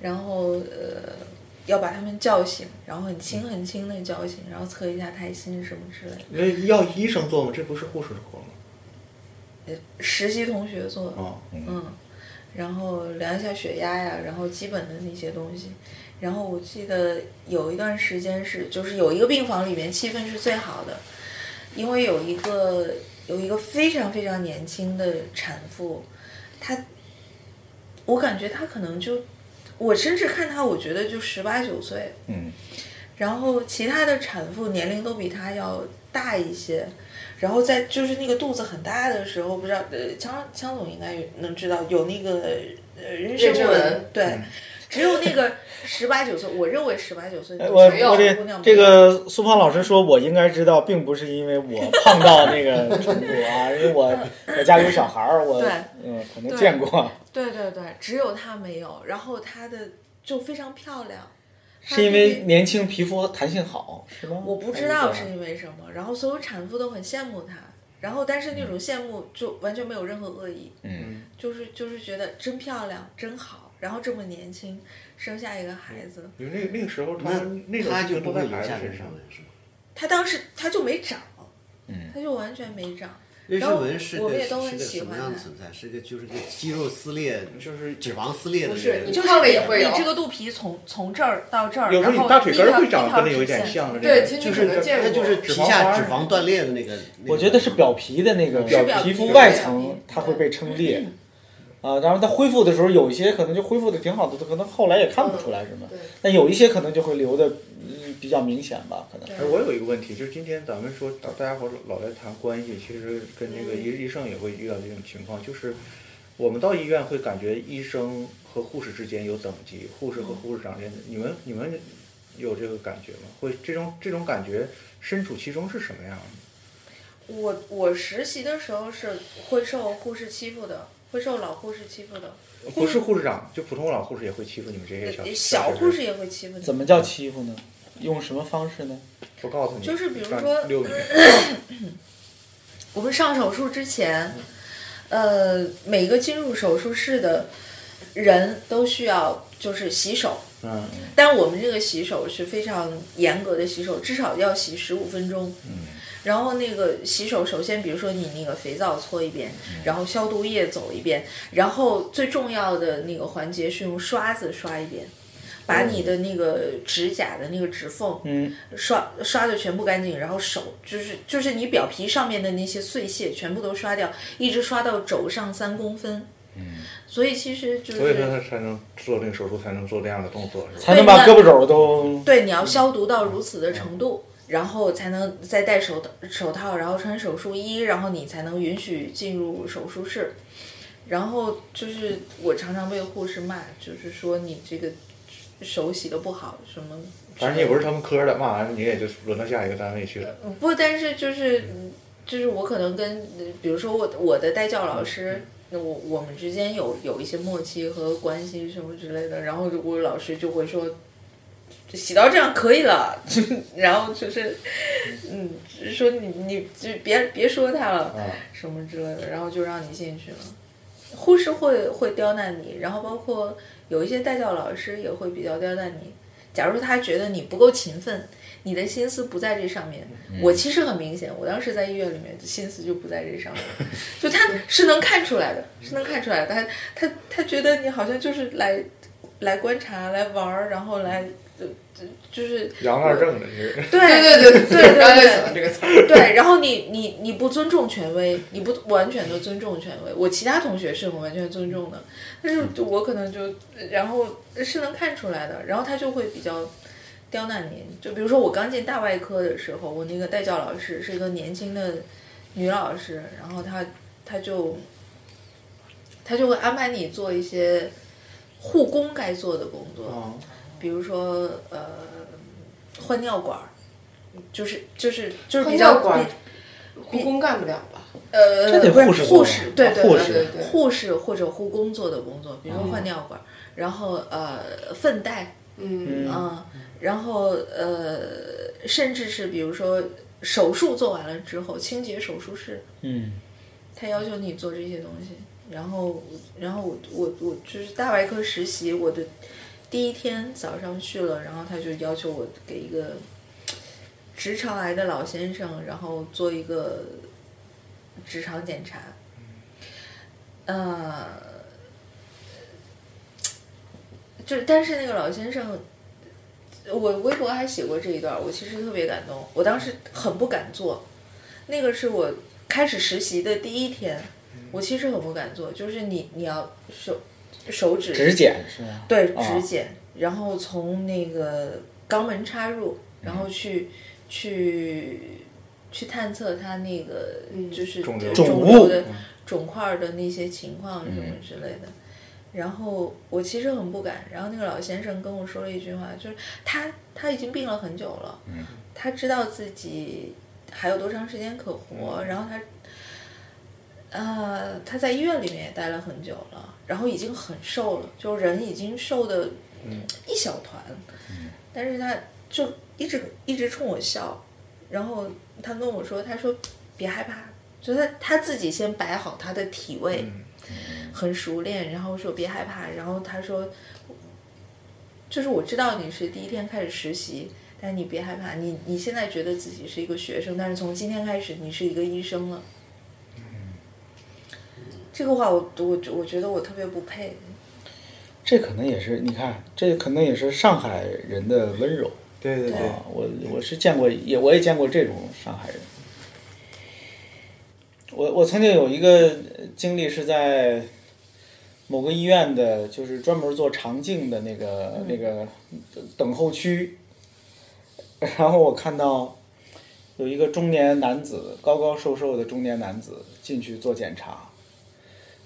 F: 然后呃要把他们叫醒，然后很轻很轻的叫醒，然后测一下胎心什么之类的。
C: 那要医生做吗？这不是护士的活吗？
F: 实习同学做的，
C: 啊，
F: 嗯，然后量一下血压呀，然后基本的那些东西。然后我记得有一段时间是，就是有一个病房里面气氛是最好的，因为有一个有一个非常非常年轻的产妇，她，我感觉她可能就，我甚至看她，我觉得就十八九岁，
E: 嗯，
F: 然后其他的产妇年龄都比她要大一些，然后在就是那个肚子很大的时候，不知道呃，强强总应该能知道有那个呃
L: 妊
F: 妊
L: 娠
F: 娠
L: 纹
F: 纹，对，
E: 嗯
F: 只有那个十八九岁，我认为十八九岁的
E: 哎我
F: 小
E: 我
F: 呃姑娘不
E: 得这个苏芳老师说，我应该知道，并不是因为我胖到那个程度啊，因为 我我家有小孩儿，我
F: 对
E: 嗯可能
F: 对
E: 见过，
F: 对对对，只有她没有，然后她的就非常漂亮，她
E: 是因
F: 那
E: 为
F: 个
E: 年轻皮肤弹性好，是吗？
F: 我不知道
E: 还
F: 是哎
E: 怎样
F: 因为什么，然后所有产妇都很羡慕她，然后但是
C: 嗯
F: 那种羡慕就完全没有任何恶意，
E: 嗯，
F: 就是就是觉得真漂亮，真好，然后这么年轻生下一个孩子，
C: 因为那那个时候他
I: 那
C: 那种
I: 他
C: 事情
I: 就
C: 都
I: 不
C: 在
I: 会
C: 孩
I: 留
C: 子
I: 下
C: 身
I: 人上
C: 上。
I: 纹是吗？
F: 她当时她就没长，
E: 嗯
F: 她就完全没长，
I: 妊
F: 然后
I: 娠纹是
F: 我
I: 个
F: 们也
I: 是
F: 都很
I: 个
F: 喜
I: 什么
F: 欢
I: 样的
F: 它
I: 存在？是个就是个肌肉撕裂，
C: 就是
I: 脂肪撕裂
L: 不
I: 的那
L: 是
I: 个
L: 你
F: 就是
L: 胖了
F: 你
L: 也会有
F: 你这个肚皮从从这儿到这儿，
C: 有时候
F: 然后
C: 你大腿根
F: 一
C: 儿
F: 条
C: 会
F: 一
C: 长得
F: 条
C: 跟那有一点
F: 直线
C: 像的那
L: 对
C: 种，
L: 其实
C: 就
L: 可能
C: 是
L: 见过
I: 那就是皮下脂肪断裂的那个。那个
E: 我觉得是表皮的那个
F: 是表皮
E: 皮肤
F: 对
E: 外
F: 表
E: 层
F: 皮，
E: 它会被撑裂。啊，然后它恢复的时候，有一些可能就恢复的挺好的，可能后来也看不出来什么
L: 嗯对。
E: 那有一些可能就会留的嗯比较明显吧，可能。
C: 哎，我有一个问题，就是今天咱们说大大家伙老在谈关系，其实跟那
F: 嗯
C: 个医医生也会遇到这种情况，就是我们到医院会感觉医生和护士之间有等级，护士
F: 嗯
C: 和护士长之间，你们你们有这个感觉吗？会这种这种感觉身处其中是什么样的？
F: 我我实习的时候是会受护士欺负的，会受老护士欺负的，
C: 不是护士长，就普通老护士也会欺负你们这些小
F: 嗯呃小护
C: 学
F: 士也会欺负
E: 怎
F: 你。
E: 么叫欺负呢？用什么方式呢？
C: 生，不告诉你，
F: 就是比如
C: 让
F: 说呃
C: 溜你，
F: 我们上手术之前，呃，每个进入手术室的人都需要就是洗手，
C: 嗯，
F: 但我们这个洗手是非常严格的洗手，至少要洗十五分钟。
C: 嗯
F: 然后那个洗手，首先比如说你那个肥皂搓一遍，
C: 嗯
F: 然后消毒液走一遍，然后最重要的那个环节是用刷子刷一遍，把你的那个指甲的那个指缝，
E: 嗯，
F: 刷刷的全部干净，然后手就是就是你表皮上面的那些碎屑全部都刷掉，一直刷到肘上三公分。所以其实就是
C: 嗯所以说他才能做那个手术，才能做这样的动作，是吧？
E: 才能把胳膊肘都
F: 对，你
C: 嗯
F: 要消毒到如此的程度，然后才能再戴手手套，然后穿手术衣，然后你才能允许进入手术室。然后就是我常常被护士骂，就是说你这个手洗的不好什么之类的。
C: 反正你也不是他们科的，嘛，你也就轮到下一个单位去了。
F: 不，但是就是就是我可能跟比如说我我的带教老师，那我我们之间有有一些默契和关系什么之类的，然后我老师就会说。就洗到这样可以了， 然后就是，嗯，说你你就别别说他了，什么之类的，然后就让你进去了。护士会会刁难你，然后包括有一些带教老师也会比较刁难你。假如他觉得你不够勤奋，你的心思不在这上面，
L: 嗯
F: 我其实很明显，我当时在医院里面心思就不在这上面，就他是能看出来的，是能看出来的。他他他觉得你好像就是来来观察、来玩儿，然后来就就就是
C: 杨二正的，你是
F: 对
L: 对对对
F: 对
L: 刚才
F: 对
L: 喜欢这个词儿。
F: 对，然后你你你不尊重权威，你不完全的尊重权威。我其他同学是很完全尊重的，但是我可能就然后是能看出来的，然后他就会比较刁难你。就比如说我刚进大外科的时候，我那个带教老师是一个年轻的女老师，然后她她就她就会安排你做一些护工该做的工作。
C: 啊，
F: 比如说呃，换尿管儿，就是就是就是
L: 换
F: 比较
L: 尿管儿
F: 比
L: 护工干不了吧？
F: 呃，
E: 这得
F: 不是护
E: 护士做吧
F: 士对
E: 啊
F: 对
E: 护
F: 对
E: 士
L: 对对
F: 护士或者护工做的工作，比如说换尿管儿，然后呃粪带
L: 嗯，
E: 嗯
F: 啊、然后呃甚至是比如说手术做完了之后清洁手术室，
E: 嗯，
F: 他要求你做这些东西，然后，然后我我我就是大外科实习，我的第一天早上去了，然后他就要求我给一个直肠癌的老先生，然后做一个直肠检查，呃，就是但是那个老先生。我微博还写过这一段，我其实特别感动。我当时很不敢做，那个是我开始实习的第一天，我其实很不敢做，就是你你要手手指
E: 指检是吧？
F: 对
E: 啊
F: 指检，然后从那个肛门插入，然后去、去去探测它那个、
L: 嗯
F: 就是
C: 肿
F: 肿
C: 瘤
E: 肿物
F: 瘤的肿块儿的那些情况什么之类的。然后我其实很不敢，然后那个老先生跟我说了一句话，就是他他已经病了很久了，他知道自己还有多长时间可活，然后他呃，他在医院里面也待了很久了，然后已经很瘦了，就人已经瘦的一小团，但是他就一直一直冲我笑，然后他跟我说，他说别害怕，就他他自己先摆好他的体位，很熟练，然后说别害怕，然后他说，就是我知道你是第一天开始实习。但你别害怕，你你现在觉得自己是一个学生，但是从今天开始你是一个医生了。这个话我我我觉得我特别不配，
E: 这可能也是你看，这可能也是上海人的温柔
C: 对对对，
E: 啊！我我是见过，也我也见过这种上海人。我我曾经有一个呃经历是在某个医院的，就是专门做肠镜的那个、那个等候区， 然后我看到有一个中年男子，高高瘦瘦的中年男子进去做检查，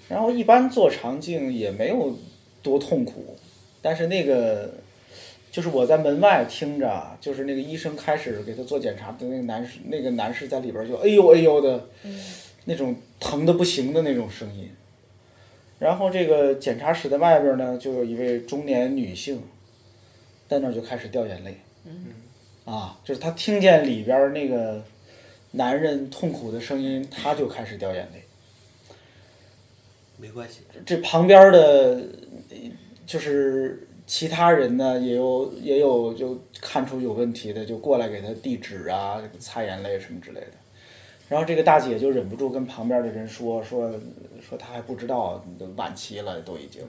E: 然后一般做肠镜也没有多痛苦，但是那个就是我在门外听着，啊就是那个医生开始给他做检查的那个男士，那个男士在里边就哎呦哎呦的，那种疼的不行的那种声音。然后这个检查室的外边呢，就有一位中年女性，在那儿就开始掉眼泪。嗯，啊，就是她听见里边那个男人痛苦的声音，她就开始掉眼泪。
I: 没关系，
E: 这旁边的，呃就是其他人呢，也有也有就看出有问题的，就过来给他递纸啊、擦眼泪什么之类的。然后这个大姐就忍不住跟旁边的人说说说她还不知道晚期了都已经，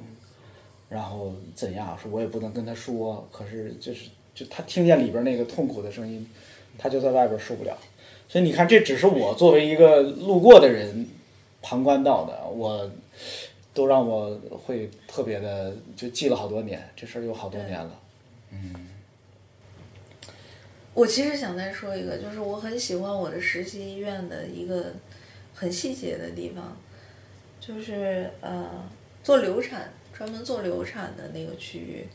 E: 然后怎样？说我也不能跟她说，可是就是就她听见里边那个痛苦的声音，她就在外边受不了。所以你看，这只是我作为一个路过的人旁观到的，我都让我会特别的，就记了好多年，这事儿有好多年了。
F: 我其实想再说一个，就是我很喜欢我的实习医院的一个很细节的地方，就是呃，做流产专门做流产的那个区域，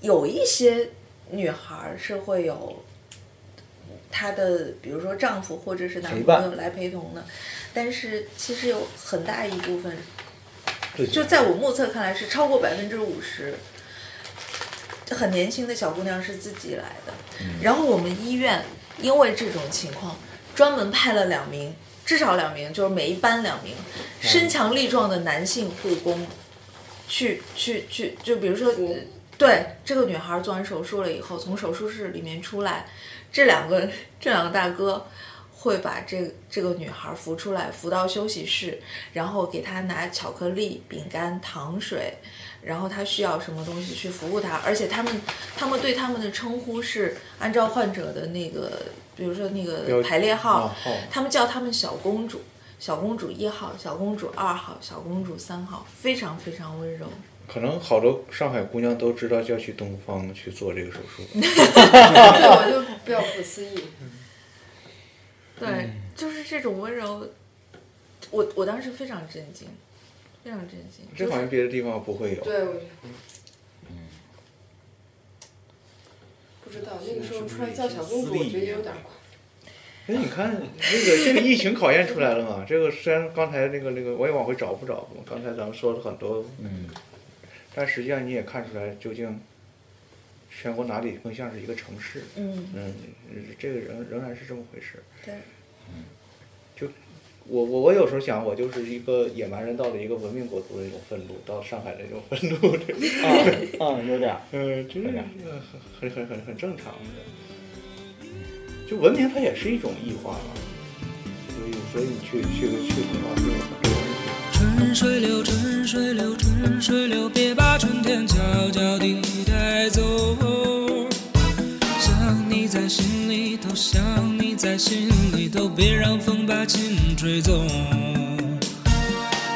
F: 有一些女孩儿是会有她的，比如说丈夫或者是男
E: 陪伴
F: 朋友来陪同的，但是其实有很大一部分，
C: 对
F: 就在我目测看来是超过百分之五十。很年轻的小姑娘是自己来的，然后我们医院因为这种情况，专门派了两名，至少两名，就是每一班两名身强力壮的男性护工，去去去，就比如说，呃对这个女孩做完手术了以后，从手术室里面出来，这两个这两个大哥。会把这这个女孩扶出来，扶到休息室，然后给她拿巧克力、饼干、糖水，然后她需要什么东西去服务她，而且他们他们对他们的称呼是按照患者的那个，比如说那
C: 标
F: 个排列号，
C: 啊号
F: 他们叫他们小公主，小公主一号、小公主二号、小公主三号，非常非常温柔。
C: 可能好多上海姑娘都知道要去东方去做这个手 术，
L: 对，我就比较不思议。
F: 对，就是这种温柔，我我当时非常震惊，非常震惊。
C: 这好像别的地方不会有。
L: 对，我觉得。不知道那个时候穿叫小公主，我觉得也有点儿夸
C: 哎，你看那个这个疫情考验出来了嘛？ 这个虽然刚才那个那个我也往回找不找，刚才咱们说了很多，
E: 嗯，
C: 但实际上你也看出来究竟全国哪里更像是一个城市。
F: 嗯，
C: 嗯，这个仍仍然是这么回事。
F: 对，
C: 我我我有时候想，我就是一个野蛮人到了一个文明国度的那种愤怒，到上海的那种愤怒，这个
E: 啊啊，有点儿。
C: 嗯，就是呃很很很很正常的。就文明它也是一种异化嘛，所以所以你去去去同化是有很多问题。
J: 春水流，春水流，春水流，别把春天悄悄地带走。想你在心里头，想你在心里头，别让风把情吹走。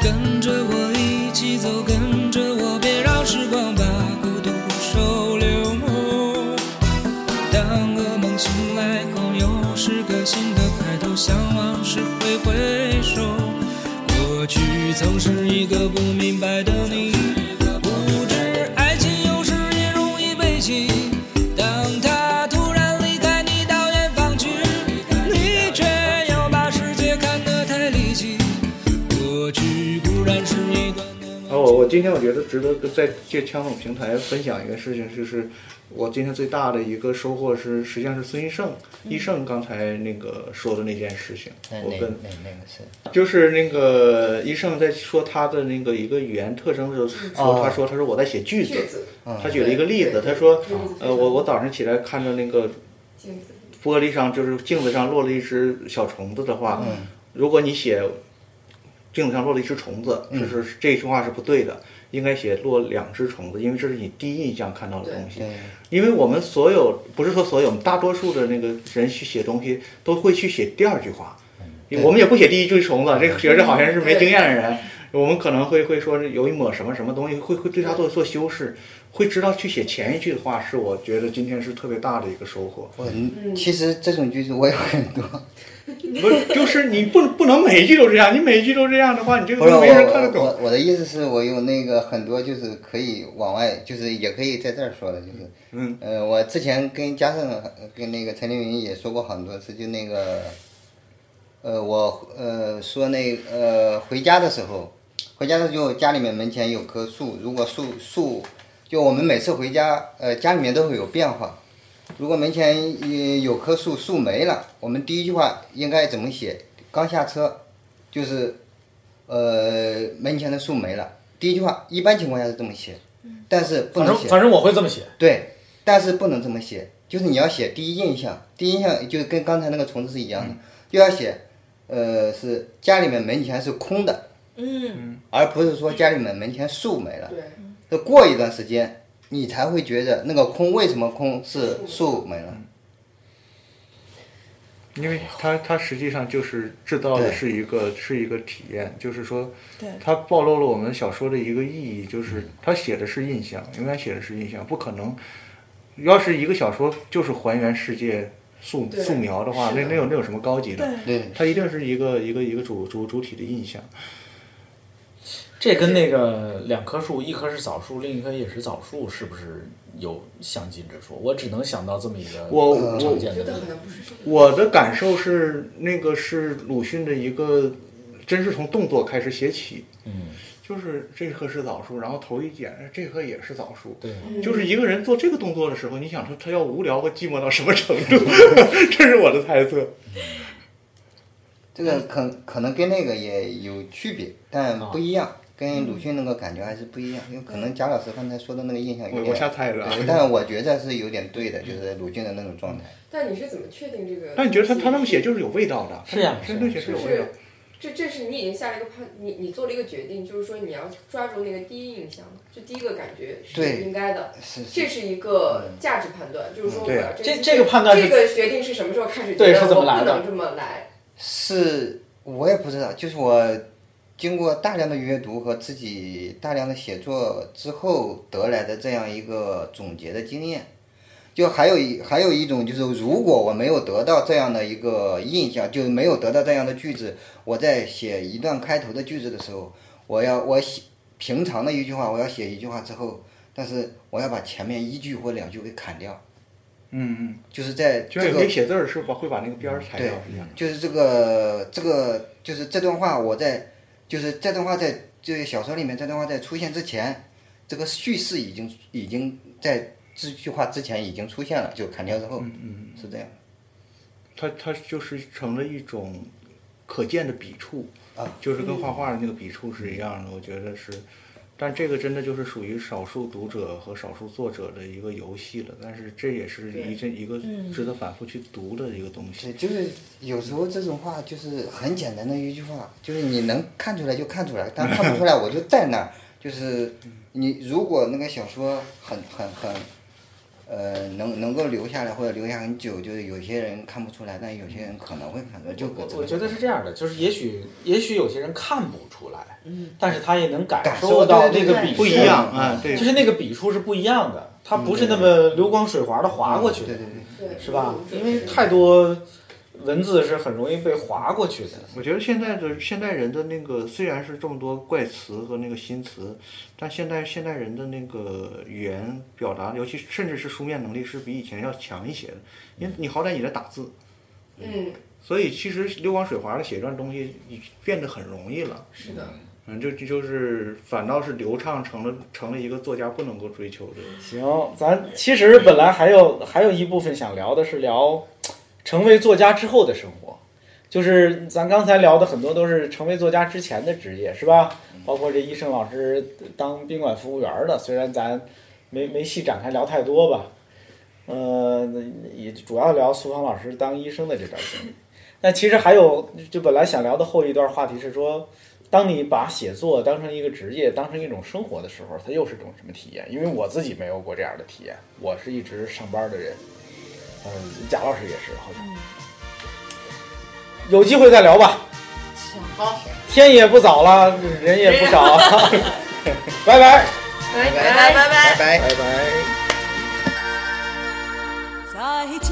J: 跟着我一起走，跟着我，别让时光把孤独收留。当噩梦醒来后，又是个新的开头，向往时挥挥手。过去曾是一个不明白的你，不知爱情有时也容易背弃。当他突然离开你到远方去，你却又把世界看得太离奇。过去固然是一段的
C: 啊，我我今天我觉得值得在借枪总平台分享一个事情，就是我今天最大的一个收获是，实际上是孙一胜，一胜刚才那个说的那件事情，
H: 嗯那
C: 我
H: 那
C: 跟
H: 那那个是
C: 就是那个医生在说他的那个一个语言特征的时候，说他说他说我在写句
L: 句子、
C: 子，他举了一个例子，他说呃我我早上起来看到那个
L: 镜子。
C: 玻璃上就是镜子上落了一只小虫子的话，如果你写镜子上落了一只虫子，这是这句话是不对的，应该写落两只虫子，因为这是你第一印象看到的东西
H: 对。
C: 因为我们所有不是说所有，我们大多数的那个人去写东西都会去写第二句话，我们也不写第一句虫子，这个学生好像是没经验的人。我们可能会会说有一抹什么什么东西，会会对它做做修饰，会知道去写前一句的话，是我觉得今天是特别大的一个收获。
H: 我其实这种句子我有很多，
C: 不是，就是你不不能每一句都这样，你每一句都这样的话，你这
H: 不是
C: 个
H: 我
C: 没人看得
H: 我
C: 懂。
H: 我我的意思是我有那个很多就是可以往外，就是也可以在这儿说的，就是
C: 嗯
H: 呃，我之前跟嘉盛跟那个陈凌云也说过很多次，就那个呃我呃说那呃回家的时候，回家的时候家里面门前有棵树，如果树树就我们每次回家呃家里面都会有变化，如果门前呃有棵树树没了，我们第一句话应该怎么写？刚下车就是。呃，门前的树没了。第一句话，一般情况下是这么写，但是不
E: 反
H: 能
E: 正
H: 写。
E: 反正我会这么写。
H: 对，但是不能这么写，就是你要写第一印象，第一印象就跟刚才那个虫子是一样
E: 嗯
H: 的，就要写，呃，是家里面门前是空的，嗯，而不是说家里面门前树没了。
L: 对，
H: 那过一段时间，你才会觉得那个空为什么空是树没
E: 嗯
H: 了。
C: 因为它它实际上就是制造的
H: 对
C: 是一个是一个体验，就是说
F: 对，
C: 它暴露了我们小说的一个意义，就是它写的是印象，永远写的是印象，不可能。要是一个小说就是还原世界素
L: 对
C: 素描的话，那那有那有什么高级的？
H: 对，
C: 它一定是一个一个一个主主主体的印象。
E: 这跟那个两棵树，一棵是枣树，另一棵也是枣树，是不是
M: 有相近之处，我只能想到这么一个
C: 我
M: 常
C: 我
M: 见的
L: 觉得
M: 例
L: 可
M: 子。
L: 能不是这个。
C: 我的感受是，那个是鲁迅的一个，真是从动作开始写起，
M: 嗯，
C: 就是这棵是枣树，然后头一剪，哎这棵也是枣树。
M: 对，
C: 就是一个人做这个动作的时候，你想说他要无聊和寂寞到什么程度？这是我的猜测。
H: 这个可可能跟那个也有区别，但
C: 啊
H: 不一样，跟
C: 嗯
H: 鲁迅那个感觉还是不一样，因为可能贾老师刚才说的那个印象有
C: 我我瞎
H: 点，
C: 猜的啊。
H: 哎对，但我觉得是有点对的，就是鲁迅的那种状态。
L: 但你是怎么确定这个？
C: 但你觉得他他那么写就是有味道的？
M: 是呀
C: 真的写是有味道
L: 是。这这是你已经下了一个判，你你做了一个决定，就是说你要抓住那个第一印象，就第一个感觉是
H: 对
L: 应该的。
H: 是
L: 这
H: 是，
L: 是一个价值判断，就是说我
C: 对
L: 要
M: 嗯啊这
L: 这
M: 这个判断是
L: 这个决定是什么时候开始？
M: 对是怎么
L: 我
M: 来
L: 不
M: 的
L: 能这么来。
H: 是我也不知道，就是我经过大量的阅读和自己大量的写作之后得来的这样一个总结的经验。就还有一还有一种就是，如果我没有得到这样的一个印象，就是没有得到这样的句子，我在写一段开头的句子的时候，我要我写平常的一句话，我要写一句话之后，但是我要把前面一句或两句给砍掉，
C: 嗯嗯，
H: 就是在
C: 就
H: 这
C: 像
H: 个
C: 有些写字儿是吧，会把那个边儿裁掉一样。
H: 就是这个这个就是这段话，我在就是这段话在这个小说里面这段话在出现之前，这个叙事已经已经在这句话之前已经出现了，就砍掉之
C: 嗯
H: 后，是这样
C: 它它就是成了一种可见的笔触
H: 啊，
C: 就是跟画画的那个笔触是一样的。我觉得是，但这个真的就是属于少数读者和少数作者的一个游戏了。但是这也是一这一个值得反复去读的一个东西
H: 对，。就是有时候这种话就是很简单的一句话，就是你能看出来就看出来，但看不出来我就在那儿。就是你如果那个小说很很很，呃，能能够留下来或者留下很久，就是有些人看不出来，但有些人可能会看出来。就
M: 我
H: 这
M: 我
H: 个
M: 觉得是这样的，就是也许也许有些人看不出来，嗯，但是他也能感
H: 感
M: 受
H: 受
M: 到
H: 对
M: 那
H: 对
M: 个
H: 对
M: 笔
C: 不一
M: 触
C: 样啊，对
M: 就，是那个笔触是不一样的，它不是那么流光水滑的划过去的
H: 对，对对，
L: 对，
M: 是吧？
L: 这
M: 因
L: 个
M: 为
L: 是
M: 太多文字是很容易被划过去的。
C: 我觉得现在的现代人的那个虽然是这么多怪词和那个新词，但现在现代人的那个语言表达，尤其甚至是书面能力是比以前要强一些的，因为你好歹你在打字，
L: 嗯，
C: 所以其实流光水滑的写一段东西已变得很容易了。
L: 是的，
C: 嗯，就这就是反倒是流畅成了成了一个作家不能够追求的。
E: 行，咱其实本来还有还有一部分想聊的是聊成为作家之后的生活，就是咱刚才聊的很多都是成为作家之前的职业，是吧？包括这医生老师当宾馆服务员儿的，虽然咱没没细展开聊太多吧，呃，那也主要聊苏芳老师当医生的这段经历。但其实还有，就本来想聊的后一段话题是说，当你把写作当成一个职业、当成一种生活的时候，它又是种什么体验？因为我自己没有过这样的体验，我是一直上班的人。嗯，贾老师也是，好像。有机会再聊吧，
I: 行，
E: 天也不早了，人也不少， 拜拜，
L: 拜
I: 拜拜拜拜。
H: 拜。
E: 拜拜。
K: 再见，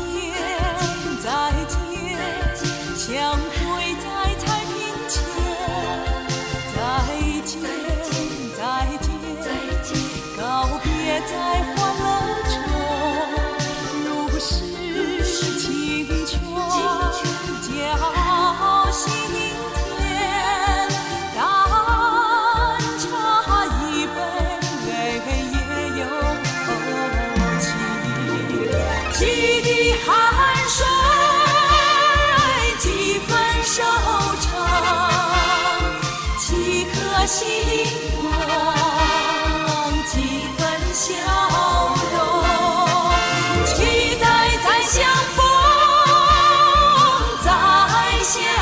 K: 再见，相会在彩屏前。再见，再见，告别在欢乐中。如是清泉，皎洗阴天。淡茶一杯，也有情。几滴汗水，几分收成，几颗星光，几分笑容，期待再相逢，再相